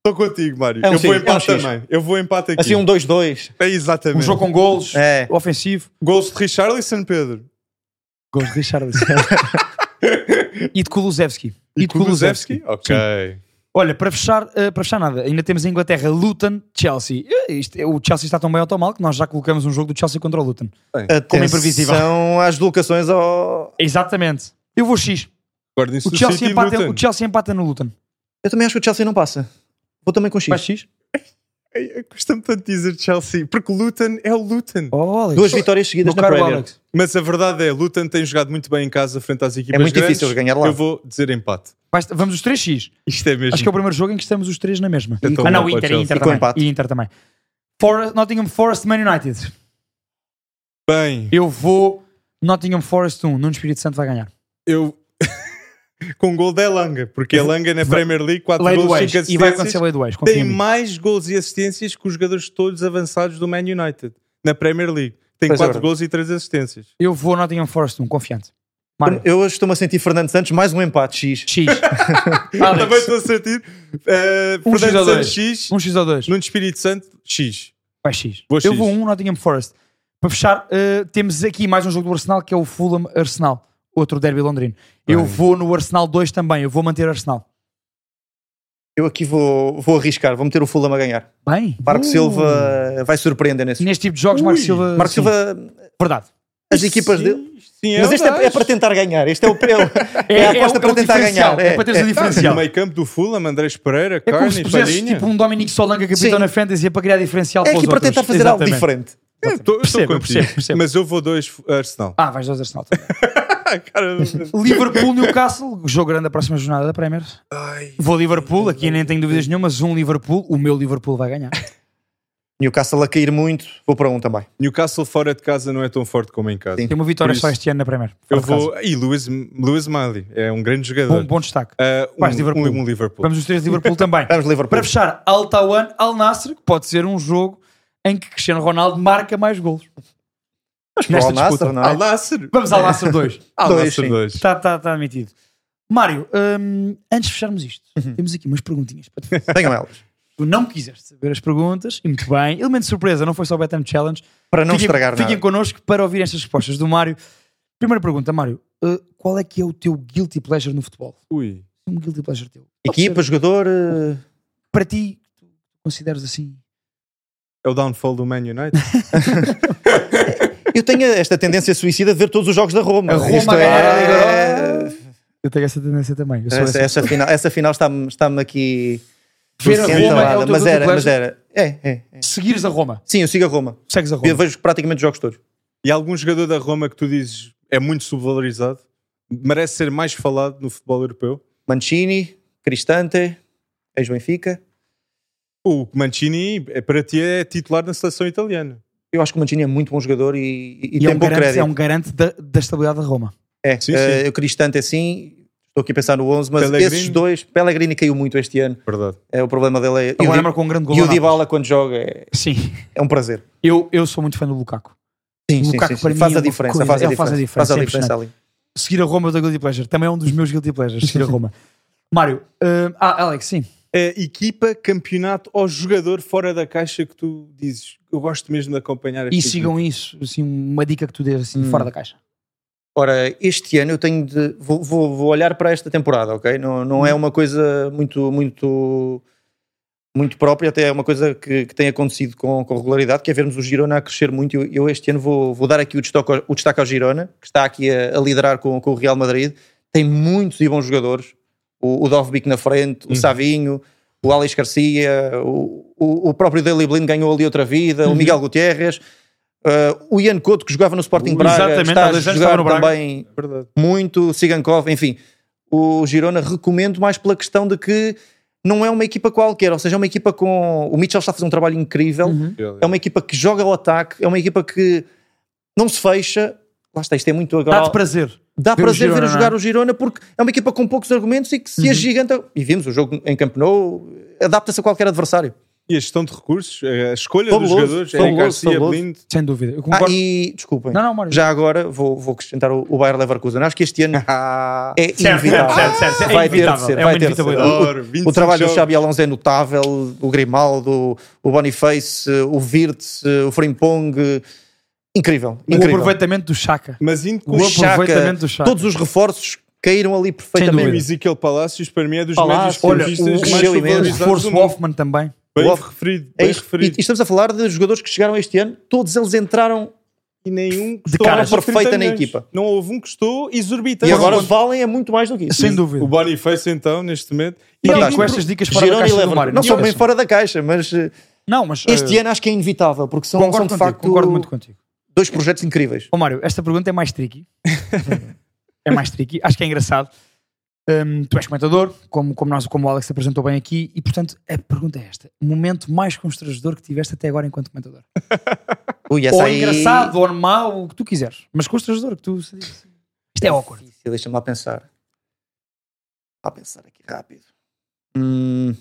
[SPEAKER 1] Estou contigo, Mário.
[SPEAKER 2] É um
[SPEAKER 1] eu vou
[SPEAKER 2] X, é um
[SPEAKER 1] empate
[SPEAKER 2] X.
[SPEAKER 1] também. Eu vou empate aqui.
[SPEAKER 2] Assim um 2-2.
[SPEAKER 1] É
[SPEAKER 3] Um
[SPEAKER 1] exatamente.
[SPEAKER 3] jogo com golos,
[SPEAKER 2] É.
[SPEAKER 3] ofensivo.
[SPEAKER 1] Gols de Richarlison, Pedro.
[SPEAKER 3] Gols de Richard. e de Kulusevski.
[SPEAKER 1] Kulusevski? Ok.
[SPEAKER 3] Sim. Olha, para fechar, eh, para fechar nada, ainda temos a Inglaterra, Luton, Chelsea. Eh, isto- o Chelsea está tão bem ou tão mal que nós já colocamos um jogo do Chelsea contra o Luton. Como é imprevisível.
[SPEAKER 2] São as deslocações ao...
[SPEAKER 3] Exatamente. Eu vou X.
[SPEAKER 1] Guardem-se
[SPEAKER 3] O
[SPEAKER 1] do
[SPEAKER 3] Chelsea,
[SPEAKER 1] City e do
[SPEAKER 3] empata,
[SPEAKER 1] Luton.
[SPEAKER 3] o Chelsea empata no Luton.
[SPEAKER 2] Eu também acho que o Chelsea não passa. Vou também com X.
[SPEAKER 3] Faz X?
[SPEAKER 1] Ai, É, Custa-me tanto dizer Chelsea, porque o Luton é o Luton.
[SPEAKER 3] Oh, Alex.
[SPEAKER 2] Duas vitórias seguidas
[SPEAKER 3] Meu
[SPEAKER 2] na
[SPEAKER 3] caro
[SPEAKER 2] Premier.
[SPEAKER 3] Alex.
[SPEAKER 1] Mas a verdade é, Luton tem jogado muito bem em casa frente às
[SPEAKER 3] É
[SPEAKER 1] equipas
[SPEAKER 2] muito
[SPEAKER 1] grandes.
[SPEAKER 2] difícil ganhar lá.
[SPEAKER 1] Eu vou dizer empate.
[SPEAKER 3] Basta- Vamos os três X.
[SPEAKER 1] Isto é mesmo.
[SPEAKER 3] Acho que é o primeiro jogo em que estamos os três na mesma.
[SPEAKER 1] Então
[SPEAKER 3] ah, não,
[SPEAKER 1] não,
[SPEAKER 3] Inter,
[SPEAKER 1] pode
[SPEAKER 3] e Inter
[SPEAKER 2] ser. E com
[SPEAKER 3] também.
[SPEAKER 2] empate.
[SPEAKER 3] E Inter também. Forest- Nottingham Forest, Man United.
[SPEAKER 1] Bem,
[SPEAKER 3] Eu vou Nottingham Forest 1. Nuno Espírito Santo vai ganhar.
[SPEAKER 1] eu... Com gol da Elanga, porque Elanga na Premier League, 4
[SPEAKER 3] Lei do
[SPEAKER 1] gols, 5
[SPEAKER 3] ex.
[SPEAKER 1] assistências.
[SPEAKER 3] E vai acontecer Lei do ex. confia
[SPEAKER 1] tem
[SPEAKER 3] em mim.
[SPEAKER 1] mais gols e assistências que os jogadores todos avançados do Man United na Premier League. Tem
[SPEAKER 2] Pois é,
[SPEAKER 1] 4
[SPEAKER 2] verdade.
[SPEAKER 1] gols e 3 assistências.
[SPEAKER 3] Eu vou Nottingham Forest 1, confiante. Mário.
[SPEAKER 2] Eu hoje estou-me a sentir Fernando Santos, mais um empate X.
[SPEAKER 3] X.
[SPEAKER 1] Também
[SPEAKER 3] Alex.
[SPEAKER 1] estou a sentir. Uh,
[SPEAKER 3] Um X
[SPEAKER 1] Fernando
[SPEAKER 3] ou dois?
[SPEAKER 1] Santos X,
[SPEAKER 3] Um X ou dois.
[SPEAKER 1] Nuno Espírito Santo X.
[SPEAKER 3] Vai X.
[SPEAKER 1] Vou
[SPEAKER 3] Eu
[SPEAKER 1] X.
[SPEAKER 3] vou um Nottingham Forest. Para fechar, eh, temos aqui mais um jogo do Arsenal que é o Fulham Arsenal. Outro derby londrino. Eu vou no Arsenal 2 também. Eu vou manter Arsenal.
[SPEAKER 2] Eu aqui vou, vou arriscar, vou meter o Fulham a ganhar.
[SPEAKER 3] Bem.
[SPEAKER 2] Marco
[SPEAKER 3] Uh.
[SPEAKER 2] Silva vai surpreender nesse jogo.
[SPEAKER 3] Neste tipo de jogos, Marco
[SPEAKER 1] Ui.
[SPEAKER 3] Silva.
[SPEAKER 2] Marco
[SPEAKER 3] sim.
[SPEAKER 2] Silva,
[SPEAKER 3] Verdade.
[SPEAKER 2] as equipas
[SPEAKER 1] Sim,
[SPEAKER 2] dele.
[SPEAKER 1] Sim,
[SPEAKER 2] Mas este é,
[SPEAKER 1] verdade.
[SPEAKER 2] é para tentar ganhar. Este é, o, é, o- é a aposta
[SPEAKER 3] o-
[SPEAKER 2] para
[SPEAKER 3] o
[SPEAKER 2] tentar
[SPEAKER 3] diferencial,
[SPEAKER 2] ganhar. É,
[SPEAKER 3] É para teres
[SPEAKER 2] é.
[SPEAKER 3] o
[SPEAKER 1] Tá, No
[SPEAKER 3] diferencial.
[SPEAKER 1] meio campo do Fulham, Andrés Pereira,
[SPEAKER 3] É como
[SPEAKER 1] Carne
[SPEAKER 3] se
[SPEAKER 1] e
[SPEAKER 3] pusesses
[SPEAKER 1] Palhinha.
[SPEAKER 3] tipo um Dominique Solanka capitão
[SPEAKER 2] Sim.
[SPEAKER 3] na fantasy para criar diferencial
[SPEAKER 2] É
[SPEAKER 3] para
[SPEAKER 2] aqui
[SPEAKER 3] os
[SPEAKER 2] para
[SPEAKER 3] outros.
[SPEAKER 2] tentar fazer algo
[SPEAKER 3] Exatamente.
[SPEAKER 2] diferente.
[SPEAKER 1] É, tô- estou
[SPEAKER 3] Percebo, eu
[SPEAKER 1] contigo.
[SPEAKER 3] percebo, percebo.
[SPEAKER 1] Mas eu vou dois Arsenal.
[SPEAKER 3] Ah, vais dois Arsenal. também.
[SPEAKER 1] Cara,
[SPEAKER 3] Liverpool Newcastle, jogo grande da próxima jornada da Premier.
[SPEAKER 1] ai,
[SPEAKER 3] Vou Liverpool, aqui nem tenho dúvidas nenhumas. Um Liverpool, o meu Liverpool vai ganhar.
[SPEAKER 2] Newcastle a cair muito, vou para um também.
[SPEAKER 1] Newcastle fora de casa não é tão forte como em casa.
[SPEAKER 2] Sim.
[SPEAKER 3] Tem uma vitória
[SPEAKER 1] Por isso,
[SPEAKER 3] só este ano na Premier.
[SPEAKER 1] Eu
[SPEAKER 3] Fora de casa.
[SPEAKER 1] vou. E Luiz, Luiz Miley é um grande jogador.
[SPEAKER 3] Bom, bom destaque.
[SPEAKER 1] Ah, um,
[SPEAKER 3] Vais Liverpool.
[SPEAKER 1] um- um Liverpool.
[SPEAKER 3] Vamos os três de Liverpool também.
[SPEAKER 2] Vamos Liverpool.
[SPEAKER 3] Para fechar, Al Tawan, Al Nasser, que pode ser um jogo em que Cristiano Ronaldo marca mais gols.
[SPEAKER 2] Para o
[SPEAKER 3] nesta
[SPEAKER 2] Al Nassr,
[SPEAKER 3] disputa.
[SPEAKER 1] Ah,
[SPEAKER 2] não é?
[SPEAKER 1] Al-Nasser.
[SPEAKER 3] Vamos ao Al-Nasser 2.
[SPEAKER 2] Dois,
[SPEAKER 1] Al-Nasser
[SPEAKER 2] sim.
[SPEAKER 1] 2.
[SPEAKER 3] Está tá, tá admitido. Mário, hum, antes de fecharmos isto, temos aqui umas perguntinhas para te fazer.
[SPEAKER 2] Tenham elas.
[SPEAKER 3] Tu não quiseste saber as perguntas, e muito bem. Elemento de surpresa, não foi só o Betam Challenge.
[SPEAKER 2] Para não
[SPEAKER 3] fiquem,
[SPEAKER 2] estragar
[SPEAKER 3] Fiquem
[SPEAKER 2] nada.
[SPEAKER 3] connosco para ouvir estas respostas do Mário. Primeira pergunta, Mário. uh, qual é que é o teu guilty pleasure no futebol?
[SPEAKER 1] Ui.
[SPEAKER 3] Um guilty pleasure teu. Pode
[SPEAKER 2] Equipa,
[SPEAKER 3] ser
[SPEAKER 2] jogador. eh,
[SPEAKER 3] Para ti, que tu consideras assim...
[SPEAKER 1] É o downfall do Man United.
[SPEAKER 2] Eu tenho esta tendência suicida de ver todos os jogos da Roma.
[SPEAKER 3] A Roma
[SPEAKER 2] Isto é-
[SPEAKER 3] ganhar a
[SPEAKER 2] é-
[SPEAKER 3] Liga Eu tenho essa tendência também. Eu sou
[SPEAKER 2] essa,
[SPEAKER 3] essa.
[SPEAKER 2] essa final, essa final está-me está-me aqui.
[SPEAKER 3] Ver a Roma
[SPEAKER 2] entalada,
[SPEAKER 3] é o teu
[SPEAKER 2] mas
[SPEAKER 3] guilty
[SPEAKER 2] era, mas
[SPEAKER 3] pleasure?
[SPEAKER 2] era. É, é, é.
[SPEAKER 3] Seguires a Roma.
[SPEAKER 2] Sim, eu sigo a Roma.
[SPEAKER 3] Segues a
[SPEAKER 2] Eu
[SPEAKER 3] Roma.
[SPEAKER 2] vejo praticamente os jogos todos.
[SPEAKER 1] E algum jogador da Roma que tu dizes é muito subvalorizado, merece ser mais falado no futebol europeu?
[SPEAKER 2] Mancini, Cristante, ex-Benfica.
[SPEAKER 1] O Mancini, é- para ti, é titular na seleção italiana.
[SPEAKER 2] Eu acho que o Mancini é muito bom jogador e, e
[SPEAKER 3] E é
[SPEAKER 2] tem
[SPEAKER 3] um,
[SPEAKER 2] pouco
[SPEAKER 3] garante,
[SPEAKER 2] crédito.
[SPEAKER 3] é um garante da, da estabilidade da Roma.
[SPEAKER 2] É,
[SPEAKER 1] Sim,
[SPEAKER 2] eh,
[SPEAKER 1] sim.
[SPEAKER 2] o Cristante assim, estou aqui a pensar no 11, mas
[SPEAKER 1] Pellegrini.
[SPEAKER 2] esses dois, Pellegrini caiu muito este ano,
[SPEAKER 1] Verdade.
[SPEAKER 2] é o problema dele. É, e o,
[SPEAKER 3] Agora
[SPEAKER 2] Di-
[SPEAKER 3] marcou um grande gol.
[SPEAKER 2] e
[SPEAKER 3] ao
[SPEAKER 2] o
[SPEAKER 3] Nápoles.
[SPEAKER 2] Dybala quando joga é,
[SPEAKER 3] Sim.
[SPEAKER 2] é um prazer.
[SPEAKER 3] Eu, eu sou muito fã do Lukaku.
[SPEAKER 2] Sim,
[SPEAKER 3] O
[SPEAKER 2] sim,
[SPEAKER 3] Lukaku
[SPEAKER 2] sim,
[SPEAKER 3] para
[SPEAKER 2] sim.
[SPEAKER 3] mim
[SPEAKER 2] Faz,
[SPEAKER 3] é
[SPEAKER 2] a
[SPEAKER 3] uma
[SPEAKER 2] diferença,
[SPEAKER 3] coisa.
[SPEAKER 2] faz a
[SPEAKER 3] Ele faz a
[SPEAKER 2] diferença,
[SPEAKER 3] diferença,
[SPEAKER 2] faz a
[SPEAKER 3] é
[SPEAKER 2] diferença ali.
[SPEAKER 3] Seguir a Roma da Guilty Pleasure. Também é um dos meus Guilty Pleasures. Seguir a Roma. Mário. hum, ah, Alex, sim.
[SPEAKER 1] É equipa, campeonato ou jogador fora da caixa que tu dizes. Eu gosto mesmo de acompanhar
[SPEAKER 3] E
[SPEAKER 1] estas
[SPEAKER 3] sigam isso. Assim, uma dica que tu dês assim, fora da caixa.
[SPEAKER 2] Ora, este ano eu tenho de. Vou, vou- vou olhar para esta temporada, ok? Não, não é uma coisa muito, muito, muito própria, até é uma coisa que, que tem acontecido com, com regularidade, que é vermos o Girona a crescer muito. Eu, eu este ano vou, vou dar aqui o destaque, ao, o destaque ao Girona, que está aqui a, a liderar com, com o Real Madrid. Tem muitos e bons jogadores. O, o Dovbik na frente, o Savinho, o Alex Garcia, o, o, o próprio Daley Blind ganhou ali outra vida, o Miguel Gutierrez. eh, o Ian Couto, que jogava no Sporting Braga,
[SPEAKER 3] Exatamente,
[SPEAKER 2] está
[SPEAKER 3] há
[SPEAKER 2] a
[SPEAKER 3] dois anos
[SPEAKER 2] jogar
[SPEAKER 3] estava no Braga.
[SPEAKER 2] também
[SPEAKER 1] equipas. Verdade.
[SPEAKER 2] muito, Sigankov, enfim. O Girona recomendo mais pela questão de que não é uma equipa qualquer, ou seja, é uma equipa com. O Mitchell está a fazer um trabalho incrível,
[SPEAKER 3] Uhum.
[SPEAKER 2] é uma equipa que joga ao ataque, é uma equipa que não se fecha. Lá está, isto é muito agora.
[SPEAKER 3] Dá-te prazer.
[SPEAKER 2] Dá
[SPEAKER 3] ver o
[SPEAKER 2] prazer ver
[SPEAKER 3] Girona,
[SPEAKER 2] a
[SPEAKER 3] não é? Uhum.
[SPEAKER 2] jogar o Girona porque é uma equipa com poucos argumentos e que se agiganta. E vimos o jogo em Camp Nou, adapta-se a qualquer adversário.
[SPEAKER 1] E a gestão de recursos, é a escolha
[SPEAKER 2] Fabuloso,
[SPEAKER 1] dos jogadores, Eric
[SPEAKER 2] fabuloso,
[SPEAKER 1] Garcia,
[SPEAKER 2] fabuloso.
[SPEAKER 1] Blind.
[SPEAKER 3] Sem dúvida. Eu
[SPEAKER 2] Ah,
[SPEAKER 3] concordo.
[SPEAKER 2] e desculpem,
[SPEAKER 3] Não, não, Mário.
[SPEAKER 2] já agora vou, vou acrescentar o, o Bayer Leverkusen. Acho que este ano é
[SPEAKER 3] Certo, certo,
[SPEAKER 2] inevitável.
[SPEAKER 3] certo, certo. É
[SPEAKER 2] Vai ter de
[SPEAKER 3] inevitável.
[SPEAKER 2] ser,
[SPEAKER 3] É
[SPEAKER 2] vai
[SPEAKER 3] uma
[SPEAKER 2] ter de ser.
[SPEAKER 3] inevitabilidade.
[SPEAKER 2] O-
[SPEAKER 1] Ah. Adoro,
[SPEAKER 2] O
[SPEAKER 1] 25
[SPEAKER 2] trabalho do
[SPEAKER 1] jogos.
[SPEAKER 2] Xabi Alonso é notável, o Grimaldo, o Boniface, o Virtus, o Frimpong, incrível,
[SPEAKER 3] O
[SPEAKER 2] incrível.
[SPEAKER 3] aproveitamento do Chaka.
[SPEAKER 1] Mas indo com
[SPEAKER 3] O
[SPEAKER 2] Chaka,
[SPEAKER 3] aproveitamento do Chaka.
[SPEAKER 2] todos os reforços caíram ali
[SPEAKER 1] O
[SPEAKER 2] perfeitamente.
[SPEAKER 3] dúvida.
[SPEAKER 1] Ezequiel Palácios, para mim, é dos médios
[SPEAKER 2] Palácios,
[SPEAKER 3] Olha,
[SPEAKER 1] portistas
[SPEAKER 3] o,
[SPEAKER 1] mais
[SPEAKER 3] o cresceu
[SPEAKER 1] valorizados
[SPEAKER 3] imenso.
[SPEAKER 1] do
[SPEAKER 3] Reforço
[SPEAKER 1] mundo.
[SPEAKER 3] Hoffman também.
[SPEAKER 1] Bem
[SPEAKER 2] Wolf-
[SPEAKER 1] referido,
[SPEAKER 2] É
[SPEAKER 1] bem
[SPEAKER 2] isto. E,
[SPEAKER 1] referido.
[SPEAKER 2] e estamos a falar de jogadores que chegaram este ano, todos eles entraram
[SPEAKER 1] E nenhum
[SPEAKER 3] custou cara mais
[SPEAKER 2] de 30 perfeita na milhões. equipa.
[SPEAKER 1] Não houve um que custou exorbitante.
[SPEAKER 2] e agora valem é muito mais do que isso.
[SPEAKER 3] Sem dúvida.
[SPEAKER 1] O Boniface, então, neste momento.
[SPEAKER 3] E
[SPEAKER 1] alguém
[SPEAKER 3] alguém com
[SPEAKER 2] Fantástico.
[SPEAKER 3] estas dicas fora da
[SPEAKER 2] Girona e
[SPEAKER 3] caixa do
[SPEAKER 2] Leverkusen.
[SPEAKER 3] Mário.
[SPEAKER 2] Não são bem
[SPEAKER 3] esqueçam.
[SPEAKER 2] fora da caixa, mas eh,
[SPEAKER 3] Não, mas
[SPEAKER 2] este
[SPEAKER 3] eh,
[SPEAKER 2] ano acho que é inevitável, porque são, são
[SPEAKER 3] concordo
[SPEAKER 2] de
[SPEAKER 3] contigo,
[SPEAKER 2] facto
[SPEAKER 3] concordo muito contigo.
[SPEAKER 2] dois projetos incríveis.
[SPEAKER 3] Ó Mário, esta pergunta é mais tricky. é mais tricky. Acho que é engraçado. Hum, tu és comentador, como, como, nós, como o Alex apresentou bem aqui, e portanto a pergunta é esta: o momento mais constrangedor que tiveste até agora enquanto comentador?
[SPEAKER 2] Ui, essa
[SPEAKER 3] Ou
[SPEAKER 2] aí-
[SPEAKER 3] engraçado, ou mau, o que tu quiseres, mas constrangedor que tu. Isto é awkward.
[SPEAKER 2] Difícil, Deixa-me lá pensar. Lá pensar aqui rápido. Hum,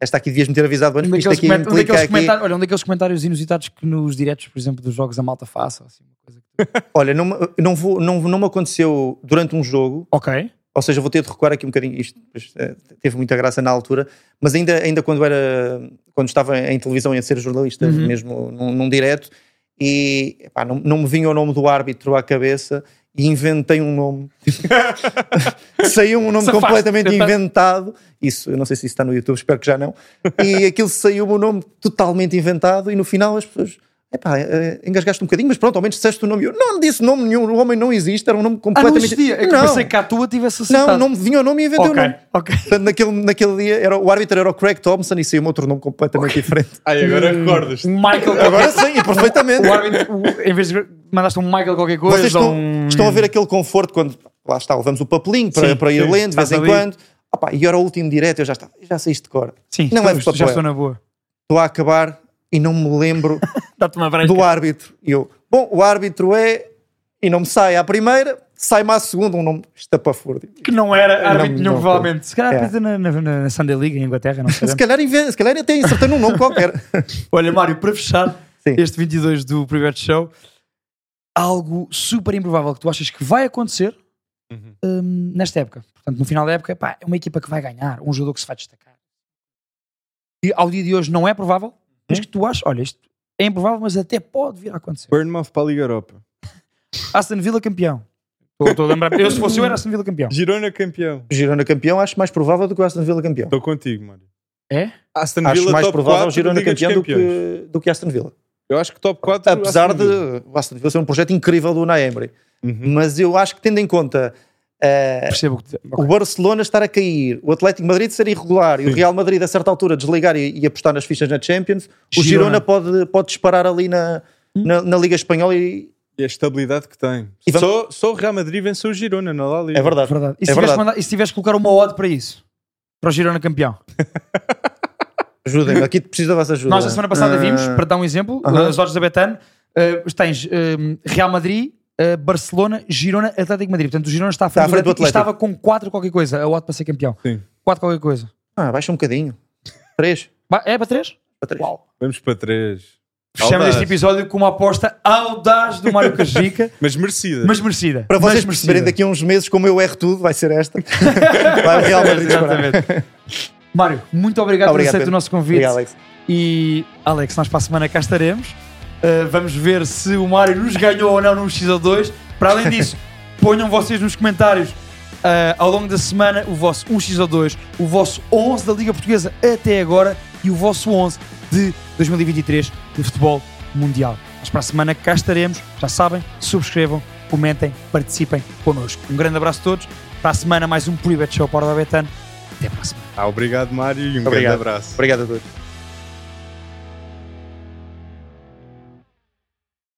[SPEAKER 2] esta aqui devias me ter avisado antes,
[SPEAKER 3] Um
[SPEAKER 2] porque isto
[SPEAKER 3] daqueles,
[SPEAKER 2] aqui
[SPEAKER 3] coment- um
[SPEAKER 2] implica
[SPEAKER 3] daqueles
[SPEAKER 2] aqui...
[SPEAKER 3] comentários, olha, um daqueles comentários inusitados que nos diretos, por exemplo, dos jogos a malta faça. ou Assim, uma coisa que... tu-
[SPEAKER 2] Olha, não, me- não, vou, não, não me aconteceu durante um jogo,
[SPEAKER 3] ok.
[SPEAKER 2] ou seja, vou ter de recuar aqui um bocadinho isto, pois, eh, teve muita graça na altura, mas ainda, ainda quando era quando estava em televisão e a ser jornalista,
[SPEAKER 3] Uhum.
[SPEAKER 2] mesmo num, num direto, e epá, não, não me vinha o nome do árbitro à cabeça e inventei um nome. saiu um nome
[SPEAKER 3] Safaste,
[SPEAKER 2] completamente
[SPEAKER 3] tentaste.
[SPEAKER 2] inventado. Isso, eu não sei se isso está no YouTube, espero que já não. E aquilo saiu um nome totalmente inventado e no final as pessoas. Epá, eh, engasgaste um bocadinho, mas pronto, ao menos disseste o nome. Eu não disse nome nenhum, o homem não existe, era um nome
[SPEAKER 3] Ah, não
[SPEAKER 2] completamente.
[SPEAKER 3] existia. É que
[SPEAKER 2] Não.
[SPEAKER 3] pensei que a tua tivesse
[SPEAKER 2] Não,
[SPEAKER 3] acertado.
[SPEAKER 2] não me vinha o nome e inventei
[SPEAKER 3] tá. Ok,
[SPEAKER 2] o nome.
[SPEAKER 3] ok.
[SPEAKER 2] Portanto, naquele, naquele dia era, o árbitro era o Craig Thompson e saiu-me outro nome completamente diferente.
[SPEAKER 1] Ai, agora recordas.
[SPEAKER 3] Michael
[SPEAKER 2] Agora sim, e perfeitamente.
[SPEAKER 3] O árbitro, o- em vez de mandaste um Michael qualquer coisa,
[SPEAKER 2] Vocês
[SPEAKER 3] ou
[SPEAKER 2] estão,
[SPEAKER 3] um...
[SPEAKER 2] estão a ver aquele conforto quando lá está, levamos o papelinho para,
[SPEAKER 3] Sim,
[SPEAKER 2] para a
[SPEAKER 3] sim,
[SPEAKER 2] Irlanda de vez
[SPEAKER 3] estás
[SPEAKER 2] em
[SPEAKER 3] ali.
[SPEAKER 2] quando. Opá, e era o último direto, eu já, estava, já saíste de cor.
[SPEAKER 3] Sim,
[SPEAKER 2] não é
[SPEAKER 3] estou-
[SPEAKER 2] leves papel.
[SPEAKER 3] já estou na boa.
[SPEAKER 2] Estou a acabar e não me lembro
[SPEAKER 3] Dá-te uma branca.
[SPEAKER 2] do árbitro. E eu, bom, o árbitro é. E não me sai à primeira, sai-me à segunda, um nome estapafúrdio.
[SPEAKER 3] Que não era árbitro
[SPEAKER 2] Não,
[SPEAKER 3] nenhum,
[SPEAKER 2] não,
[SPEAKER 3] provavelmente. Se calhar
[SPEAKER 2] É.
[SPEAKER 3] árbitro na, na, na Sunday League em Inglaterra, não sei.
[SPEAKER 2] Se calhar, inven- se calhar até acertando um nome qualquer.
[SPEAKER 3] Olha, Mário, para fechar
[SPEAKER 2] Sim.
[SPEAKER 3] este 22 do Private Show, algo super improvável que tu achas que vai acontecer
[SPEAKER 1] Uhum.
[SPEAKER 3] hum, nesta época. Portanto, no final da época, pá, é uma equipa que vai ganhar, um jogador que se vai destacar. E ao dia de hoje não é provável,
[SPEAKER 2] Uhum.
[SPEAKER 3] mas que tu achas, olha, isto é improvável, mas até pode vir a acontecer.
[SPEAKER 1] Burnmouth para a Liga Europa.
[SPEAKER 3] Aston Villa campeão. Estou a lembrar. Eu, se fosse eu, era Aston Villa campeão.
[SPEAKER 1] Girona campeão.
[SPEAKER 2] Girona campeão, acho mais provável do que o Aston Villa campeão.
[SPEAKER 1] Estou contigo, mano.
[SPEAKER 3] É?
[SPEAKER 1] Aston
[SPEAKER 2] acho
[SPEAKER 1] Villa
[SPEAKER 2] mais
[SPEAKER 1] top
[SPEAKER 2] provável
[SPEAKER 1] 4
[SPEAKER 2] Girona
[SPEAKER 1] Liga dos
[SPEAKER 2] campeão do
[SPEAKER 1] Campeões.
[SPEAKER 2] que, do que Aston Villa.
[SPEAKER 1] Eu acho que top 4.
[SPEAKER 2] Apesar de o Aston Villa ser um projeto incrível do Unai Emery.
[SPEAKER 1] Uhum.
[SPEAKER 2] Mas eu acho que tendo em conta eh,
[SPEAKER 3] Percebo que.
[SPEAKER 2] o Barcelona estar a cair, o Atlético de Madrid ser irregular e o Real Madrid a certa altura desligar e, e apostar nas fichas na Champions, o
[SPEAKER 3] Girona.
[SPEAKER 2] Girona pode, pode disparar ali na,
[SPEAKER 3] Hum?
[SPEAKER 2] na, na Liga Espanhola e
[SPEAKER 1] E a estabilidade que tem.
[SPEAKER 2] E vamos-
[SPEAKER 1] Só, só o Real Madrid venceu o Girona na La Liga.
[SPEAKER 2] é verdade.
[SPEAKER 3] Verdade. E
[SPEAKER 2] É
[SPEAKER 3] se, tivesse
[SPEAKER 2] verdade.
[SPEAKER 3] mandado- e se tivesse que colocar uma odd para isso? Para o Girona campeão?
[SPEAKER 2] Ajudem-me, aqui preciso da vossa ajuda.
[SPEAKER 3] Nós, a semana passada,
[SPEAKER 2] Eh,
[SPEAKER 3] vimos,
[SPEAKER 1] Ah.
[SPEAKER 3] para dar um exemplo,
[SPEAKER 2] aham.
[SPEAKER 3] as odds da Betano, eh, tens eh, Real Madrid, eh, Barcelona, Girona, Atlético de Madrid. Portanto, o Girona está à frente,
[SPEAKER 2] à frente
[SPEAKER 3] do
[SPEAKER 2] do
[SPEAKER 3] Atlético e estava com 4 qualquer coisa, a odd para ser campeão.
[SPEAKER 1] Sim.
[SPEAKER 3] 4 qualquer coisa.
[SPEAKER 2] Ah, baixa um bocadinho. Três.
[SPEAKER 3] Ba- É para 3?
[SPEAKER 2] Para três.
[SPEAKER 3] Uau.
[SPEAKER 1] Vamos para 3.
[SPEAKER 3] Fechamos este episódio com uma aposta audaz do Mário Cajica,
[SPEAKER 1] Mas merecida.
[SPEAKER 3] mas merecida.
[SPEAKER 2] Para vocês
[SPEAKER 3] Mas
[SPEAKER 2] perceberem
[SPEAKER 3] merecida.
[SPEAKER 2] daqui a uns meses como eu erro tudo, vai ser esta. vai o Real Madrid disparar.
[SPEAKER 3] Exatamente. Mário, muito obrigado,
[SPEAKER 2] Obrigado,
[SPEAKER 3] por aceitar o
[SPEAKER 2] Pedro.
[SPEAKER 3] nosso convite.
[SPEAKER 2] Obrigado, Alex.
[SPEAKER 3] E Alex, nós para a semana cá estaremos. Uh, vamos ver se o Mário nos ganhou ou não no X2. Para além disso, ponham vocês nos comentários uh, ao longo da semana o vosso 1x2, o vosso 11 da Liga Portuguesa até agora e o vosso 11 de 2023 de futebol mundial. Mas para a semana cá estaremos. Já sabem, subscrevam, comentem, participem connosco. Um grande abraço a todos. Para a semana, mais um Private Show para o Betano. Até para a semana.
[SPEAKER 1] Ah, obrigado, Mário, e um
[SPEAKER 2] Obrigado.
[SPEAKER 1] grande abraço.
[SPEAKER 2] Obrigado a todos.